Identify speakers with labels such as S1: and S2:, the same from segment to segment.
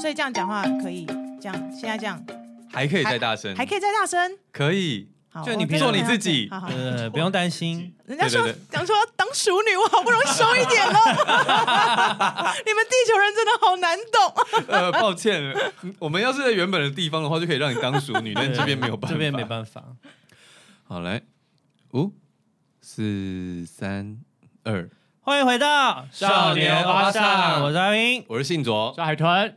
S1: 所以这样讲话可以，这样现在这样
S2: 还可以再大声，
S1: 还可以再大声。
S2: 可以，
S1: 好，
S2: 就
S1: 我
S2: 你
S1: 真的
S2: 做
S1: 没
S2: 你
S1: 有
S2: 自
S1: 要
S2: 己
S1: 好
S2: 嗯
S1: 好，
S3: 呃，不用担心，
S1: 人家说
S2: 对对对
S1: 讲说当熟女，我好不容易熟一点了。 你们地球人真的好难懂。
S2: 呃，抱歉，嗯我们要是在原本的地方的话，就可以让你当熟女，但这边没有办法，
S3: 这边没办法。
S2: 好，来，五、四、三、二，
S3: 欢迎回到
S4: 少年欧巴桑
S3: 我是阿英，
S2: 我是信卓，
S4: 抓海豚，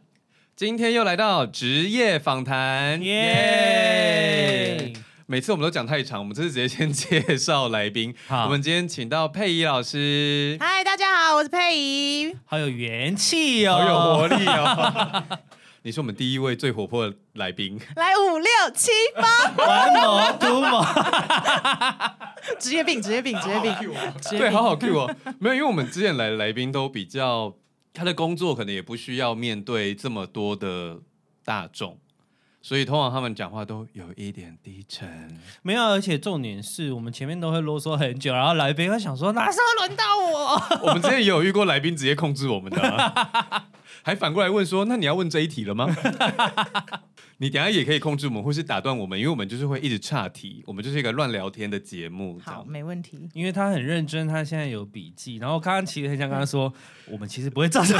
S2: 今天又来到职业访谈，
S3: 耶！
S2: 每次我们都讲太长，我们这次直接先介绍来宾。
S3: 好
S2: 我们今天请到佩仪老师，
S1: 嗨，大家好，我是佩仪。
S3: 好有元气哦，
S2: 好有活力哦！ 你是我们第一位最活泼的来宾，
S1: 来五六七八，
S3: 玩魔毒魔，
S1: 职业病，职业病，职业病。职业
S2: 对，
S1: 病
S2: 好好 Q 哦。 没有，因为我们之前来的来宾都比较，他的工作可能也不需要面对这么多的大众，所以通常他们讲话都有一点低沉。
S3: 没有，而且重点是我们前面都会啰嗦很久，然后来宾会想说哪时候轮到我？
S2: 我们之前也有遇过来宾直接控制我们的啊、还反过来问说：“那你要问这一题了吗？” 你等一下也可以控制我们，或是打断我们，因为我们就是会一直岔题，我们就是一个乱聊天的节目。这
S1: 好，
S2: 样
S1: 没问题。
S3: 因为他很认真，他现在有笔记，然后刚刚其实很想跟他说，我们其实不会造成，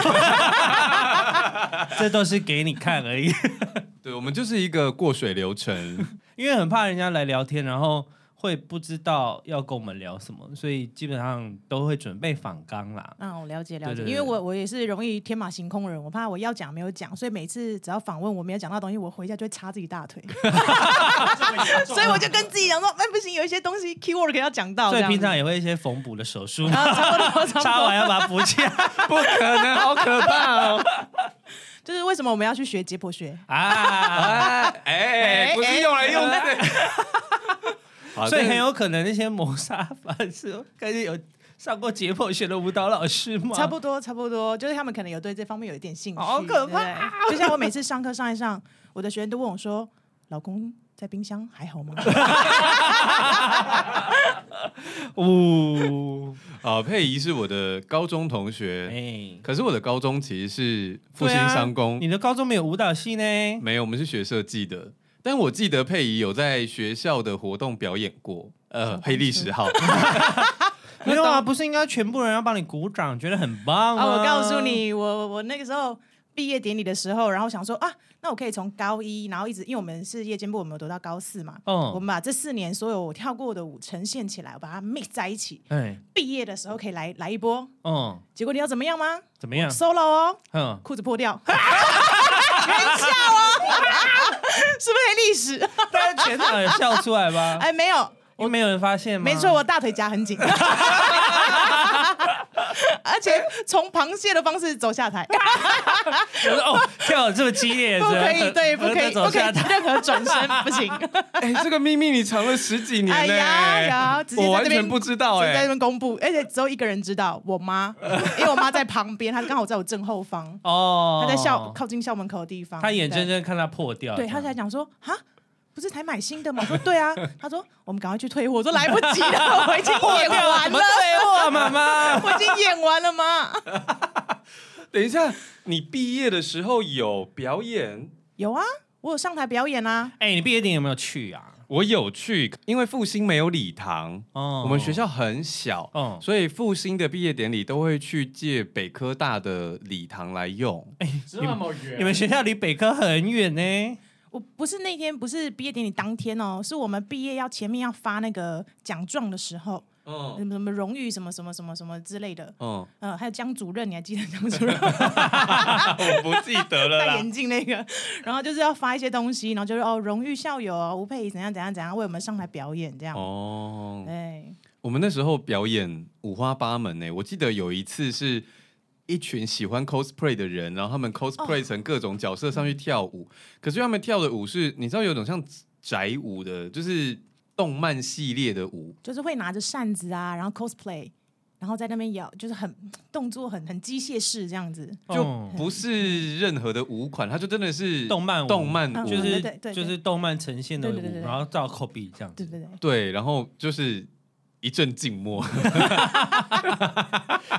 S3: 这都是给你看而已，
S2: 对，我们就是一个过水流程。
S3: 因为很怕人家来聊天，然后会不知道要跟我们聊什么，所以基本上都会准备访纲啦。
S1: 嗯，我了解了
S3: 对
S1: 解，
S3: 对对
S1: 因为我我也是容易天马行空人，我怕我要讲没有讲，所以每次只要访问我没有讲到的东西，我回家就会插自己 大腿， 所以我就跟自己讲说，哎，不行，有一些东西 keyword 要讲到，哦
S3: 所以
S1: 这样
S3: 平常
S1: 子
S3: 也会一些缝补的手术，
S1: 啊差不多差不
S3: 插
S1: 多
S3: 完要把它补起来
S2: 不可能，好可怕哦！
S1: 就是为什么我们要去学解剖学？
S3: 啊。
S2: 哎哎，不是用来用
S1: 哎
S2: 去。好
S3: 所以
S2: 但
S3: 很有可能那些谋杀犯是跟有上过解剖学的舞蹈老师吗？
S1: 差不多，差不多，就是他们可能有对这方面有一点兴趣。
S3: 哦好可怕
S1: 对！就像我每次上课上一上，我的学员都问我说：“老公在冰箱还好吗
S3: 哦，
S2: 啊，佩仪是我的高中同学，
S3: 哎，
S2: 可是我的高中其实是复兴
S3: 对啊
S2: 商工，
S3: 你的高中没有舞蹈系呢？
S2: 没有，我们是学设计的。但我记得佩仪有在学校的活动表演过，呃，黑历史号。
S3: 没有啊，不是应该全部人要帮你鼓掌，觉得很？”棒吗？
S1: 啊，我告诉，你，我我那个时候毕业典礼的时候，然后想说啊，那我可以从高一，然后一直，因为我们是夜间部，我们有读到高四嘛，
S3: 嗯
S1: 我们把这四年所有我跳过的舞呈现起来，我把它 mix 在一起，
S3: 哎，
S1: 毕业的时候可以来来一波。
S3: 嗯，
S1: 结果你要怎么样吗
S3: 怎么样？
S1: ？solo 哦，
S3: 嗯，
S1: 裤子破掉， 全笑哦， 是不是黑历史？
S3: 大家全场有笑出来吧？
S1: 哎，没有，
S3: 我没有人发现吗？
S1: 没错，我大腿夹很紧， 而且从螃蟹的方式走下台，
S3: 就是哦，跳的这么激烈，
S1: 不可以，对，
S3: 这
S1: 不可以，不
S3: 走
S1: 可
S3: 下
S1: 以
S3: 台。
S1: 任何转身，不行。
S2: 哎、这个秘密你藏了十几年
S1: 哎
S2: 呢、
S1: 呀呀，直接
S2: 我
S1: 在
S2: 完
S1: 这边
S2: 全不知道
S1: 直接在
S2: 哎、
S1: 这边公布，而且只有一个人知道，我妈，因为我妈在旁边，她刚好在我正后方，
S3: 哦，
S1: 她在校靠近校门口的地方，
S3: 他眼睁
S1: 对，
S3: 睁看他破掉，
S1: 对，她才讲说哈。不是才买新的吗？我说对啊，她说我们赶快去退货，我说来不及了，我已经演完了
S3: 怎么，对我 妈妈？
S1: 我已经演完了吗？
S2: 等一下，你毕业的时候有表演？
S1: 有啊，我有上台表演啊，
S3: 哎，你毕业典礼有没有去啊？
S2: 我有去，因为复兴没有礼堂，
S3: 哦
S2: 我们学，校很小，
S3: 哦
S2: 所以复兴的毕业典礼都会去借北科大的礼堂来用。
S4: 这么远，
S3: 你们学校离北科很远呢。
S1: 我不是那天，不是毕业典礼当天哦，是我们毕业要前面要发那个奖状的时候，
S3: 哦
S1: 什
S2: 嗯
S1: 么什么荣誉什么什么什么什么之类的。
S2: 嗯，
S1: 呃，还有江主任，你还记得江主任
S2: 我不记得了
S1: 戴
S2: 啦。
S1: 眼镜那个？然后就是要发一些东西，然后就是哦，荣誉校友哦吴佩仪怎样怎样怎样，为我们上台表演这样。
S2: 哦，
S1: 对，
S2: 我们那时候表演五花八门呢、我记得有一次是一群喜欢 cosplay 的人，然后他们 cosplay 成各种角色上去跳舞，可是他们跳的舞是你知道有种像宅舞的，就是动漫系列的舞，
S1: 就是会拿着扇子啊，然后 cosplay，然后在那边摇，就是很动作很很机械式这样子。
S2: 就
S3: 哦
S2: 不是任何的舞款，它就真的是
S3: 动漫舞
S2: 动漫舞，
S1: 嗯
S3: 就
S1: 对对
S3: 是
S1: 对对
S3: 就是动漫呈现的
S1: 对对对
S3: 舞，
S1: 对
S3: 然后照 copy 这样
S1: 对
S3: 子。
S1: 对对，
S2: 对，然后就是一阵静默。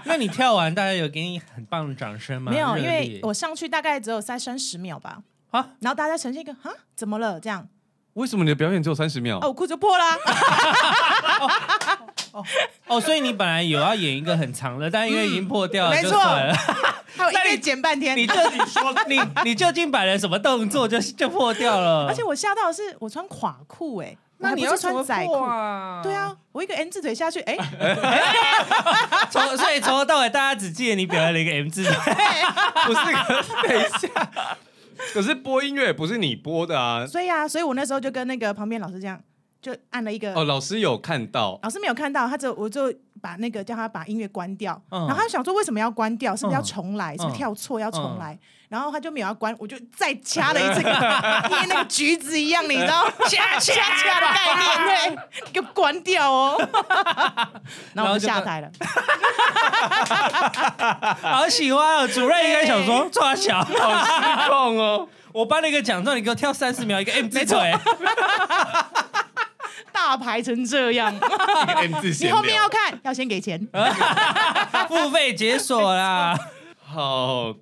S3: 那你跳完，大家有给你很棒的掌声吗？
S1: 没有，
S3: 热
S1: 因
S3: 烈
S1: 为我上去大概只有三三十秒吧，
S3: 啊，
S1: 然后大家呈现一个啊怎么了这样，
S2: 为什么你的表演只有三十秒？
S1: 哦我裤子破啦，
S3: 哦，所以你本来有要演一个很长的，但因为已经破掉了，
S1: 没
S3: 就
S1: 错
S3: 算了。
S1: 还有音乐剪半天，
S3: 你就你说你你究竟摆了什么动作就就破掉了？
S1: 而且我吓到的是我穿垮裤哎、我
S3: 那
S1: 还
S3: 你
S1: 不
S3: 要
S1: 是穿窄
S3: 怎么
S1: 裤
S3: 破。啊？
S1: 对，啊，我一个 N 字腿下去，哎、
S3: 啊从所以从头到尾大家只记得你表演了一个 M 字 腿，
S2: 不是，可是等一下，可是播音乐也不是你播的啊。
S1: 所以啊，所以我那时候就跟那个旁边老师这样，就按了一个，
S2: 哦，老师有看到，
S1: 老师没有看到，他就我就把那个叫他把音乐关掉，
S3: 嗯
S1: 然后他就想说为什么要关掉，是不是要
S3: 嗯
S1: 重来，是不
S3: 嗯
S1: 是跳错要重来，然后他就没有要关，我就再掐了一次，跟 捏那个橘子一样，你知 道，掐掐掐的概念，对，给我关掉哦，然后我就下台了，
S3: 好喜欢哦！主任应该想说抓小，
S2: 失控哦。
S3: 我颁了一个奖状，你给我跳三十秒一个 M 字腿，
S1: 大排成这样，
S2: 一个 M 字
S1: 你
S2: 闲
S1: 后面要
S2: 聊，
S1: 看要先给钱，
S3: 付费解锁啦！
S2: 好，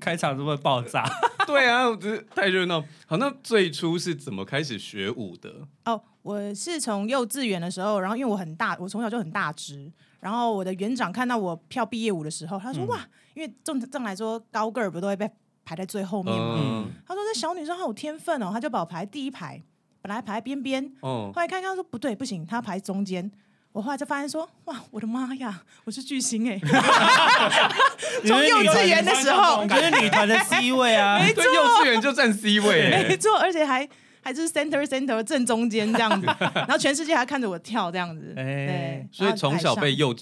S3: 开场是不是爆炸？
S2: 对啊，我觉得太热闹。好，那最初是怎么开始学舞的？
S1: 哦，我是从幼稚园的时候，然后因为我很大，我从小就很大只，然后我的园长看到我跳毕业舞的时候，他
S2: 嗯
S1: 说：“哇，因为正正来说高个儿不都会被排在最后面吗？”
S2: 嗯，
S1: 他说：“这小女生好有天分哦。”他就把我排第一排，本来排边边，
S2: 哦
S1: 后，来看看他说不对，不行，他排中间。我后来才发现说，哇，我的妈呀，我是巨星 哎、从幼稚园的时候
S3: 你，就是女团的 C 位啊！
S2: 对，幼稚园就占 C 位
S1: 没
S2: 欸，
S1: 错，而且还还就是 center center 正中间这 样子，然后全世界还看着我跳这样子，
S3: 哎
S1: 对，
S2: 所以
S1: 然后
S2: 从小
S1: 爱上
S2: 被幼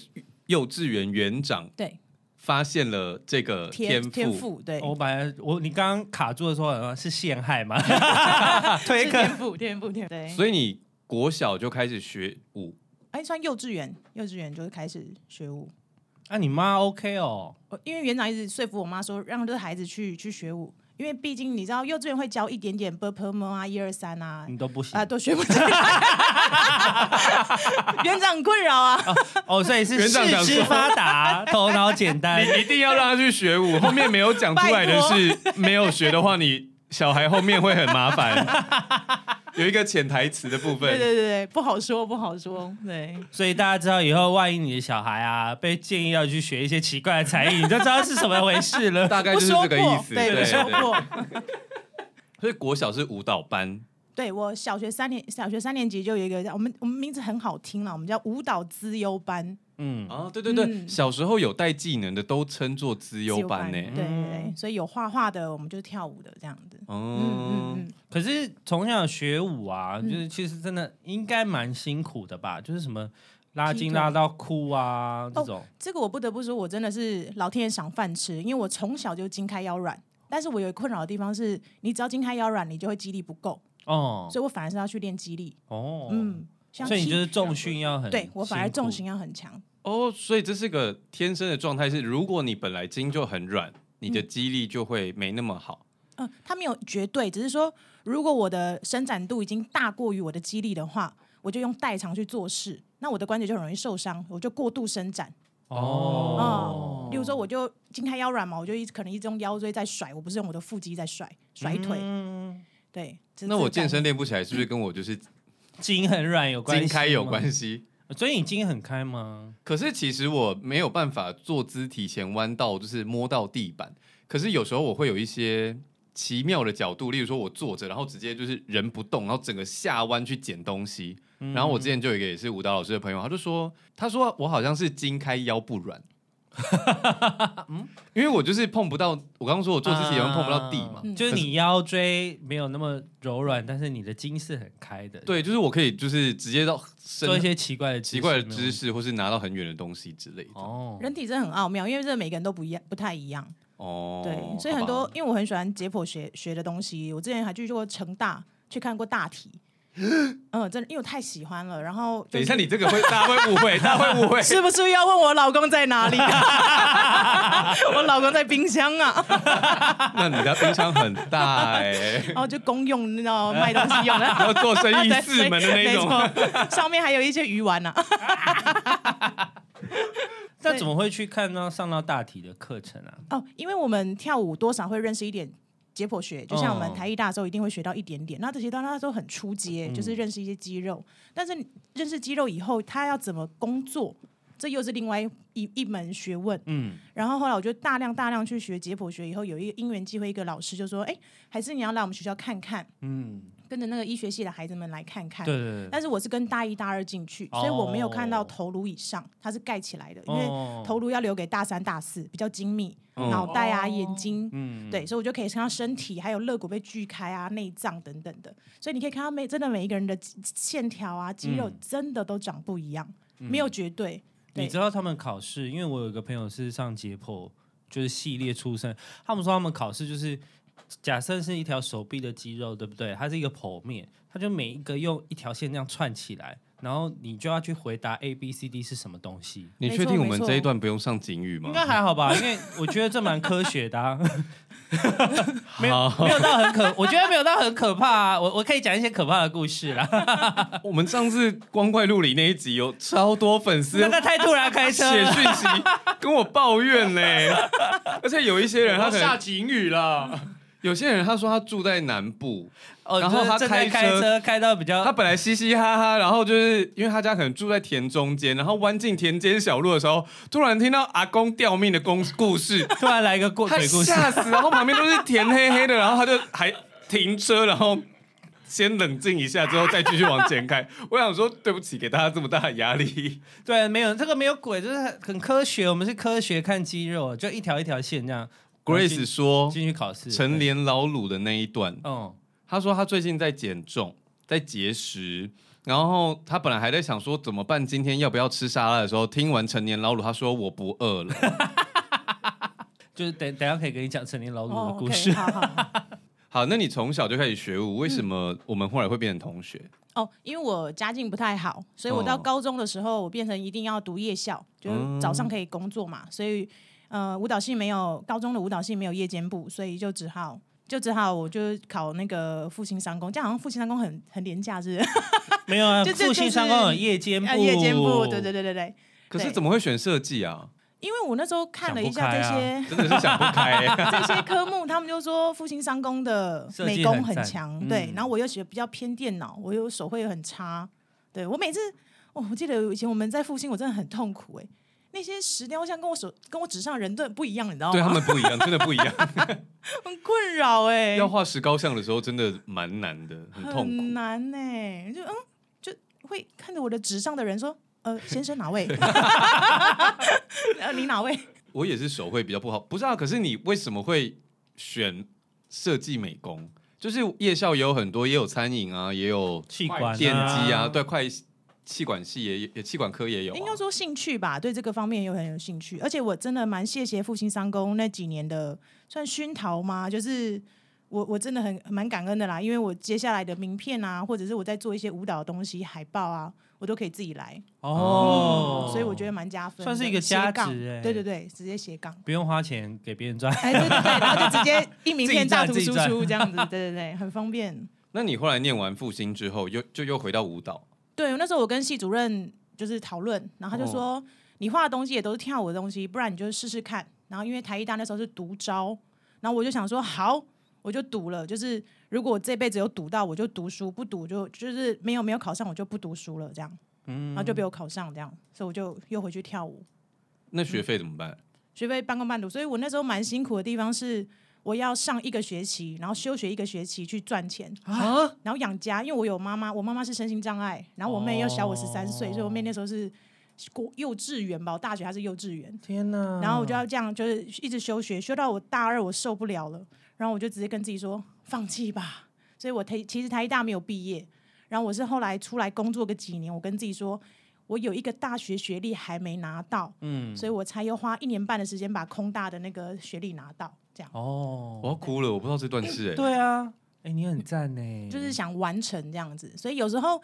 S2: 幼稚园园长
S1: 对
S2: 发现了这个
S1: 天天
S2: 赋。哦
S1: 赋对。
S3: 我本来我你刚刚卡住的时候好像是陷害嘛，推
S1: 是
S3: 坑
S1: 天赋，天赋，天赋。对，
S2: 所以你国小就开始学舞，
S1: 哎，算幼稚园，幼稚园就是开始学舞。
S3: 啊，你妈 OK 哦，
S1: 我因为园长一直说服我妈说，让这个孩子去去学舞，因为毕竟你知道，幼稚园会教一点点 b p m 啊，一二三啊，
S2: 嗯
S3: 你都不行
S1: 啊，都学不 起来。园长困扰啊，
S3: 哦，所以是
S2: 园
S3: 四
S2: 长想
S3: 肢
S2: 说
S3: 发达， 头脑简单。
S2: 哎你一定要让他去 学舞。后面没有讲出来的是，没有学的话，你小孩后面会很麻 烦。有一个潜台词的部
S1: 对
S2: 分，
S1: 对对对，不好说，不好说，对。
S3: 所以大家知道以后，万一你的小孩啊被建议要去学一些奇怪的才艺，你就知道是什么回事 了。
S2: 大概
S1: 不
S2: 就是
S1: 说
S2: 这
S1: 破，
S2: 个意思。
S1: 对，不说破。
S2: 所以国小是舞蹈班，
S1: 对我小学三年，小学三年级就有一个，我们我们名字很好听了，我们叫舞蹈资优班。
S3: 嗯，
S2: 哦，对对对，
S1: 嗯
S2: 小时候有带技能的都称作资优班欸呢、嗯
S1: 对对对，所以有画画的，我们就跳舞的这样子。
S2: 哦
S1: 嗯，嗯
S3: 可是从小学舞啊，就是其实真的应该蛮辛苦的吧？就是什么拉
S1: 劈
S3: 筋
S1: 腿
S3: 拉到哭啊这种
S1: 嗯，，这个我不得不说，我真的是老天爷赏饭吃，因为我从小就筋开腰软。但是我有困扰的地方是，你只要筋开腰软，你就会肌力不够，
S3: 哦
S1: 所以我反而是要去练肌力。
S3: 哦，
S1: 嗯，像
S3: 所以你
S1: 踢
S3: 就是重训要很
S1: 对我反而
S3: 辛苦
S1: 重心要很强。
S2: 哦，所以这是个天生的状态，是如果你本来筋就很软，你的肌力就会没那么好。
S1: 嗯，它没有绝对，只是说如果我的伸展度已经大过于我的肌力的话，我就用代偿去做事，那我的关节就很容易受伤，我就过度伸展。
S3: 哦嗯
S1: 哦，，例如说，我就筋开腰软嘛，我就一直可能一直用腰椎在甩，我不是用我的腹肌在甩甩腿。
S3: 嗯
S1: 对，这
S2: 那我
S1: 这个概
S2: 健
S1: 念
S2: 身练不起来，是不是跟我
S1: 嗯
S2: 就是
S3: 筋很软有关系，
S2: 筋开有关，系？
S3: 所以你筋很开吗？
S2: 可是其实我没有办法坐姿提前弯到，就是摸到地板。可是有时候我会有一些奇妙的角度，例如说我坐着，然后直接就是人不动，然后整个下弯去捡东西。然后我之前就有一个也是舞蹈老师的朋友，他就说，他说我好像是筋开腰不软。因为我就是碰不到，我刚刚说我坐姿体前弯碰不到地嘛，
S1: 嗯
S3: 啊就是你腰椎没有那么柔软，但是你的筋是很开的，，
S2: 对，就是我可以就是直接到伸
S3: 做一些奇怪的
S2: 奇怪的
S3: 没有
S2: 姿势，或是拿到很远的东西之类的。
S3: 哦，
S1: 人体真的很奥妙，因为这每个人都不一样，不太一样。
S2: 哦，
S1: 对，所以
S2: 好
S1: 很
S2: 吧
S1: 多因为我很喜欢解剖学学的东西，我之前还去过成大去看过大体，嗯，真的，因为我太喜欢了。然后就
S2: 等一
S1: 是
S2: 下，你这个会大家会误会，大家会误会。
S1: 是不是要问我老公在哪里？ 我老公在冰箱啊，
S2: 那你的冰箱很大哎、
S1: 然后就公用，你知道卖东西用 的。
S2: 要做生 意
S1: 对
S2: 四门的那
S1: 没
S2: 种。
S1: 错，上面还有一些鱼丸 啊。
S3: 那怎么会去看到上到大体的课程啊？
S1: 哦，因为我们跳舞多少会认识一点解剖学，就像我们
S3: 哦
S1: 台艺大的时候一定会学到一点点。那这些当然都很初阶，
S3: 嗯
S1: 就是认识一些肌肉。但是你认识肌肉以后，他要怎么工作，这又是另外一一一门学问。
S3: 嗯，
S1: 然后后来我就大量大量去学解剖学，以后有一个因缘机会，一个老师就说：“哎，还是你要来我们学校看看，
S3: 嗯，
S1: 跟着那个医学系的孩子们来看看。”
S3: 对对对，
S1: 但是我是跟大一大二进去，
S3: 哦
S1: 所以我没有看到头颅以上，它是盖起来的，因为
S3: 哦
S1: 头颅要留给大三大四，比较精密，
S2: 嗯
S1: 脑袋啊、
S4: 哦
S1: 眼睛。
S3: 嗯，
S1: 对，所以我就可以看到身体，还有肋骨被锯开啊、内脏等等的，所以你可以看到每真的每一个人的肌线条啊、肌肉
S3: 嗯
S1: 真的都长不一样，没有绝对。对
S3: 你知道他们考试，因为我有一个朋友是上解剖，就是系列出身，他们说他们考试就是假设是一条手臂的肌肉，对不对？它是一个剖面，它就每一个用一条线这样串起来，然后你就要去回答 A B C D 是什么东西。
S2: 你确定我们这一段不用上警语吗
S3: 应？该还好吧，因为我觉得这蛮科学 的、啊，
S2: 没有，
S3: 没有到很可，我觉得没有到很可怕、啊。我我可以讲一些可怕的故事 啦，
S2: 我们上次光怪陆离那一集有超多粉丝
S3: 那个太突然开车
S2: 写
S3: 了。
S2: 讯息跟我抱怨呢、而且有一些人他
S4: 要
S2: 可
S4: 下
S2: 能
S4: 警语了，
S2: 有些人他说他住在南部，
S3: 哦
S2: 然后他
S3: 正
S2: 开
S3: 在开
S2: 车
S3: 车开到比较
S2: 他本来嘻嘻哈哈，然后就是因为他家可能住在田中间，然后弯进田间小路的时候，突然听到阿公吊命的公故事，
S3: 突然来一个过
S2: 他
S3: 鬼故事，
S2: 吓死，然后旁边都是田黑黑的，然后他就还停车，然后先冷静一下，之后再继续往前 开。我想说，对不起，给大家这么大的压力。
S3: 对，没有这个没有鬼，就是很很科学。我们是科学看肌肉，就一条一条线这样
S2: Grace 说，
S3: 进去考试。
S2: 陈连老鲁的那一段，
S3: 嗯，
S2: 他说他最近在减重，在节食。然后他本来还在想说怎么办，今天要不要吃沙拉的时候，听完陈年老鲁，他说我不饿了。
S3: 就是等等一下可以跟你讲陈年老
S1: 哦
S3: 鲁的故
S1: ，OK，
S3: 事。
S1: 好好好。
S2: 好，那你从小就开始学舞，为什么我们后来会变成同学？
S1: 哦，因为我家境不太好，所以我到
S2: 哦
S1: 高中的时候，我变成一定要读夜校，
S3: 哦
S1: 就是早上可以工作嘛，所以呃，舞蹈系没有高中的舞蹈系没有夜间部，所以就只好就只好我就考那个复兴商工，这样好像复兴商工很很廉价，是不是？
S3: 没有啊，
S1: 就这
S3: 复兴商
S1: 就
S3: 工
S1: 是
S3: 有夜间
S1: 啊
S3: 部，
S1: 夜间部，对对对对对，
S2: 可是怎么会选设计 啊？
S1: 因为我那时候看了一下
S3: 想不开
S1: 这
S3: 啊
S1: 些、
S2: 真的是想不开、欸。
S1: 这些科目，他们就说复兴商工的
S3: 设计
S1: 美工
S3: 很
S1: 很
S3: 赞
S1: 强，
S3: 嗯
S1: 对。然后我又学比较偏电脑，我又手绘又很差，对我每次，哦，我记得以前我们在复兴，我真的很痛苦哎、那些石雕像跟我手跟我纸上的人都很不一样，你知道
S2: 对他
S1: 吗？
S2: 们不一样，真的不一样。
S1: 很困扰 哎、
S2: 要画石膏像的时候，真的蛮难的，很痛
S1: 很
S2: 苦。
S1: 难呢、就嗯，就会看着我的纸上的人说，呃，先生哪位？ 呃，你哪位？
S2: 我也是手绘比较不好，不是啊？可是你为什么会选设计美工？就是夜校也有很多，也有餐饮啊，也有
S3: 气管、啊、
S2: 电机啊，
S4: 啊
S2: 对，快气管系也也气管科也有、
S1: 应该
S2: 啊。
S1: 说兴趣吧，对这个方面也有很有兴趣，而且我真的蛮谢谢复兴商工那几年的算熏陶吗？就是我我真的很蛮感恩的啦，因为我接下来的名片啊，或者是我在做一些舞蹈的东西、海报啊，我都可以自己来，嗯
S3: 哦、
S1: 所以我觉得蛮加分的，
S3: 算是一个加
S1: 斜杠
S3: 值欸
S1: 对对对，直接斜杠。
S3: 不用花钱给别人赚。
S1: 哎，对对对，然后就直接一名
S3: 自
S1: 片
S3: 己赚
S1: 大图
S3: 自己
S1: 输
S3: 赚
S1: 出这样子，对对对，很方便。
S2: 那你后来念完复兴之后，又就又回到舞蹈，
S1: 对，那时候我跟系主任就是讨论，然后他就说、你画的东西也都是跳舞的东西，不然你就试试看。然后因为台艺大那时候是独招，然后我就想说好，我就赌了，就是如果我这辈子有赌到，我就读书；不赌就就是没有没有考上，我就不读书了这样。然后就被我考上这样，所以我就又回去跳舞，
S2: 那学费怎么
S1: 嗯
S2: 办？
S1: 学费半工半读。所以我那时候蛮辛苦的地方是。我要上一个学期，然后休学一个学期去赚钱，
S2: 啊，
S1: 然后养家，因为我有妈妈，我妈妈是身心障碍，然后我妹又小我十三岁，所以我妹那时候是国幼稚园吧，我大学还是幼稚园，
S3: 天哪！
S1: 然后我就要这样，就是一直休学，休到我大二我受不了了，然后我就直接跟自己说放弃吧，所以我台其实台大没有毕业，然后我是后来出来工作个几年，我跟自己说。我有一个大学学历还没拿到，嗯，所以我才又花一年半的时间把空大的那个学历拿到，这样。
S3: 哦，
S2: 我要哭了，我不知道这段事哎、
S3: 对啊，哎、你很赞呢，
S1: 就是想完成这样子。所以有时候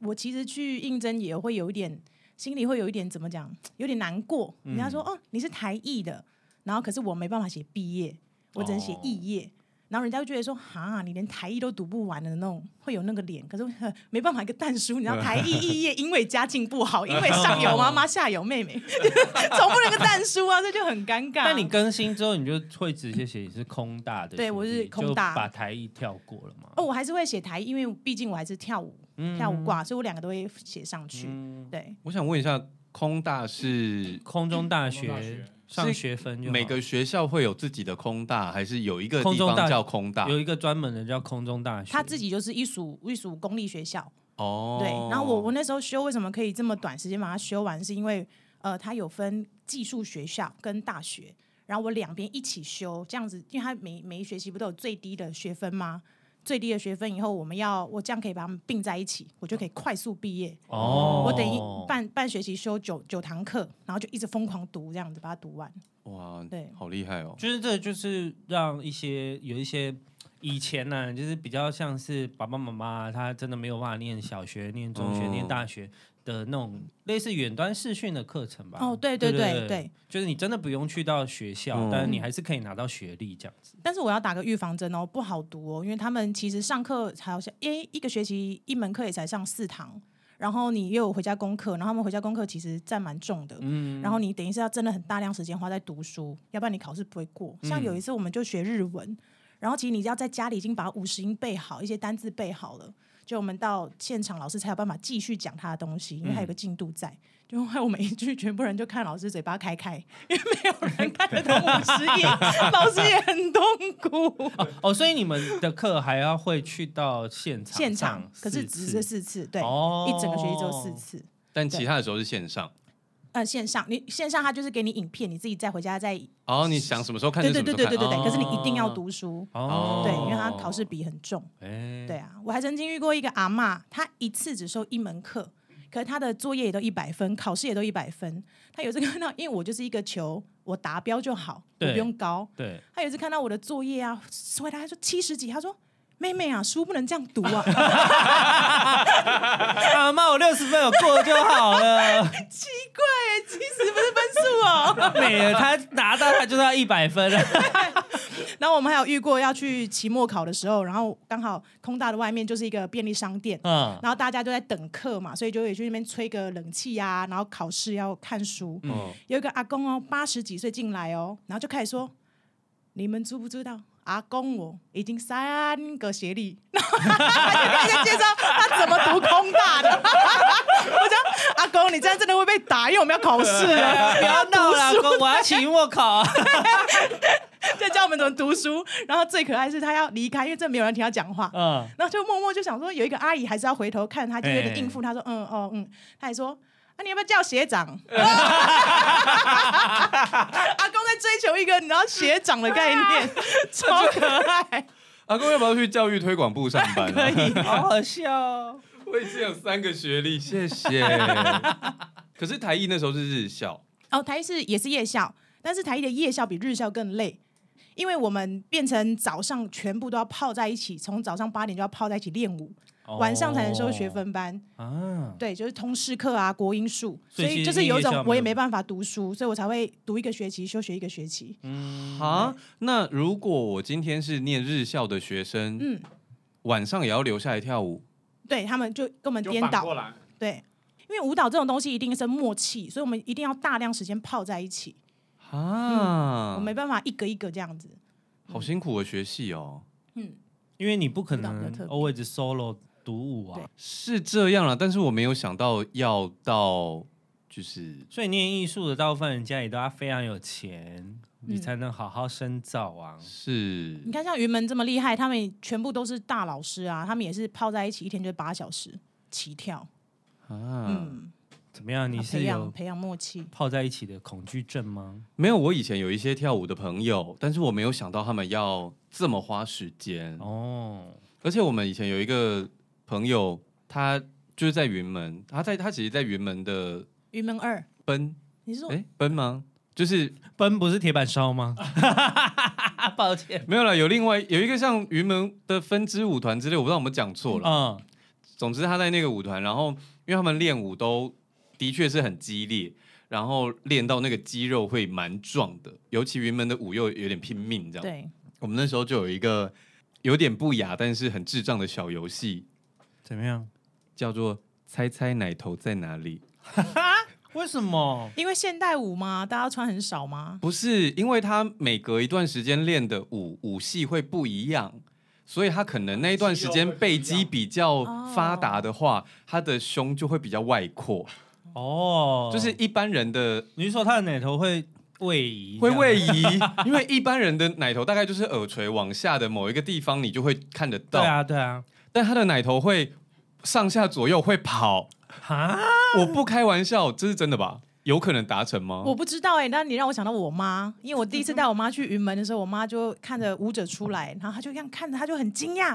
S1: 我其实去应征也会有一点，心里会有一点怎么讲，有点难过。人家
S3: 嗯
S1: 说、哦，你是台艺的，然后可是我没办法写毕业，我只能写
S3: 哦
S1: 肄业。然后人家就觉得说，哈，你连台艺都读不完的那种，会有那个脸。可是呵没办法，一个蛋叔，你知
S3: 嗯
S1: 道台艺肄业，因为家境不好，因为上有 妈妈，下有妹 妹，总不能个蛋叔啊，这就很尴尬。
S3: 但你更新之后，你就会直接写你是空大的学弟，
S1: 对我是空大
S3: 就把台艺跳过了嘛。
S1: 哦，我还是会写台艺，因为毕竟我还是跳舞、
S3: 嗯
S1: 跳舞挂，所以我两个都会写上去。
S3: 嗯，
S1: 对，
S2: 我想问一下，空大是
S3: 空中大
S4: 空中大
S3: 学
S4: 学
S3: 上学分就好
S2: 每个学校会有自己的空大，还是有一个
S3: 空
S2: 地
S3: 中
S2: 方
S3: 大
S2: 叫空大？
S3: 有一个专门的叫空中大学，
S1: 他自己就是一属一属公立学校，
S2: 哦，
S1: 对。然后我我那时候修为什么可以这么短时间把它修完，是因为呃，它有分技术学校跟大学，然后我两边一起修，这样子，因为它每每一学期不都有最低的学分吗？最低的学分以后，我们要我这样可以把它们并在一起，我就可以快速毕业。
S3: 哦，
S1: 我等于半半学期修九九堂课，然后就一直疯狂读，这样子把它读完。
S2: 哇，
S1: 对
S2: 好厉害哦！
S3: 就是这就是让一些有一些以前呢、就是比较像是爸爸妈妈他真的没有办法念小学、念中学、
S2: 嗯
S3: 念大学的那种类似远端视讯的课程吧。
S1: 哦，对
S3: 对
S1: 对
S3: 对
S1: 对对，
S3: 就是你真的不用去到学校，
S2: 嗯
S3: 但是你还是可以拿到学历这样子。
S1: 但是我要打个预防针哦，不好读哦，因为他们其实上课好像，因为一个学期一门课也才上四堂，然后你又有回家功课，然后他们回家功课其实占蛮重的，然后你等于是要真的很大量时间花在读书，要不然你考试不会过。像有一次我们就学日文，然后其实你要在家里已经把五十音背好，一些单字背好了。就我们到现场，老师才有办法继续讲他的东西，因为还有个进度在。就害我们一句，全部人就看老师嘴巴开开，因为 没有人看得懂五十音，老师也很痛苦。
S3: 哦，所以你们的课还要会去到现场上
S1: 现场 可是
S3: 四
S1: 只
S3: 次
S1: 是四次，对，
S3: 哦
S1: 一整个学期只有四次。
S2: 但其他的时候是线上。
S1: 呃，线上你线上他就是给你影片，你自己再回家再
S2: 哦，你想什么时候看就
S1: 对
S2: 什
S1: 对
S2: 么时
S1: 对
S2: 候
S1: 对
S2: 看。
S1: 对对对，
S2: 哦
S1: 可是你一定要读书，
S3: 哦，
S1: 对，因为他考试比很重。
S3: 哎
S1: 对啊，我还曾经遇过一个阿嬷，她一次只收一门课，可是她的作业也都一百分，考试也都一百分。她有一次看到，因为我就是一个求我达标就好，我
S3: 对
S1: 不用高。
S3: 对，
S1: 她有一次看到我的作业啊，回答她说七十几，她说。妹妹啊，书不能这样读啊！
S3: 啊妈，我六十分有过就好了。
S1: 奇怪，七十不是分数哦。
S3: 美了，他拿到他就是要一百分了。
S1: 然后我们还有遇过要去期末考的时候，然后刚好空大的外面就是一个便利商店，
S3: 嗯，
S1: 然后大家都在等课嘛，所以就也去那边吹个冷气呀、然后考试要看书。
S2: 嗯
S1: 有一个阿公哦，八十几岁进来哦，然后就开始说：“你们知不知道，阿公我已经三个学历。”然后 他就开始介绍他怎么读空大的。 我讲阿公，你这样真的会被打，因为我们要考试了，
S3: 不要闹了，
S1: 读书
S3: 老公我要期末考。啊
S1: 在教我们怎么读书。然后最可爱的是他要离开，因为这没有人听他讲话。
S3: 嗯，
S1: 然后就默默就想说，有一个阿姨还是要回头看他，就有点应
S3: 哎
S1: 付。他说：“嗯，哦，嗯。”他还说：“啊，你要不要叫学长？”
S3: 哎
S1: 阿公在追求一个你知道学长的概
S3: 哎
S1: 念，超可爱。
S2: 阿公要不要去教育推广部上班、
S3: 可
S2: 啊？
S3: 以， 好好笑哦。
S2: 我已经有三个学 历，谢谢。 可是台艺那时候是日校，
S1: 哦，台是也是夜校，但是台一的夜校比日校更累，因为我们变成早上全部都要泡在一起，从早上八点就要泡在一起练舞，晚上才能收学分班。
S3: 啊。
S1: 对，就是通识课啊，国英数，
S3: 所
S1: 所
S3: 以
S1: 以
S3: 其
S1: 就
S3: 实
S1: 是有一
S3: 夜校
S1: 种
S3: 没
S1: 我也
S3: 有
S1: 没办法读书，所以我才会读一个学期，休学一个学期。
S3: 嗯
S1: 嗯
S2: 啊，那如果我今天是念日校的学生，
S1: 嗯
S2: 晚上也要留下来跳舞，
S1: 对他们就跟我们
S4: 就
S1: 颠
S4: 反
S1: 倒，
S4: 过来，
S1: 对，因为舞蹈这种东西一定是默契，所以我们一定要大量时间泡在一起，
S3: 嗯
S2: 啊，
S1: 嗯我没办法一个一个这样子。
S2: 好辛苦的学系哦。
S3: 因为你不可
S1: 舞蹈
S3: 能
S1: 比较特别
S3: always solo 独舞啊，
S2: 是这样啦，但是我没有想到要到就是
S3: 所以念艺术的大部分人家里都要非常有钱，你才能好好深造啊。
S2: 是
S1: 你看像云门这么厉害，他们全部都是大老师啊，他们也是泡在一起，一天就八小时起跳，
S2: 啊，
S1: 嗯，
S3: 怎么样？你
S1: 要
S3: 是
S1: 培养
S3: 有
S1: 培养默契。
S3: 泡在一起的恐惧症吗？
S2: 没有。我以前有一些跳舞的朋友，但是我没有想到他们要这么花时间。
S1: 嗯
S3: 哦，
S2: 而且我们以前有一个朋友，他就是在云门，他在他其实在云门的
S1: 云门二，
S2: 奔，
S1: 你是说
S2: 哎，奔吗？就是
S3: 奔不是铁板烧吗？抱歉。
S2: 没有了，有另外有一个像云门的分支舞团之类，我不知道我们讲错了。
S3: 嗯，
S2: 总之他在那个舞团，然后因为他们练舞都的确是很激烈，然后练到那个肌肉会蛮壮的，尤其云门的舞又有点拼命这样。
S1: 对，
S2: 我们那时候就有一个有点不雅但是很智障的小游戏，
S3: 怎么样？
S2: 叫做猜猜奶头在哪里。
S3: 为什么？
S1: 因为现代舞嘛，大家穿很少嘛，
S2: 不是，因为他每隔一段时间练的舞舞系会不一样，所以他可能那一段时间背肌比较发达的话，他的胸就会比较外扩，
S3: 哦，
S2: 就是一般人的
S3: 你是说他的奶头会位移，
S2: 会位
S3: 移。
S2: 移，因为一般人的奶头大概就是耳垂往下的某一个地方，你就会看得
S3: 对
S2: 到，
S3: 啊，对啊，
S2: 但他的奶头会上下左右会跑，
S3: 哈，
S2: 我不开玩笑，这是真的吧？有可能达成吗？
S1: 我不知道哎、但你让我想到我妈，因为我第一次带我妈去云门的时候，我妈就看着舞者出来，然后她就这样看着，她就很惊讶，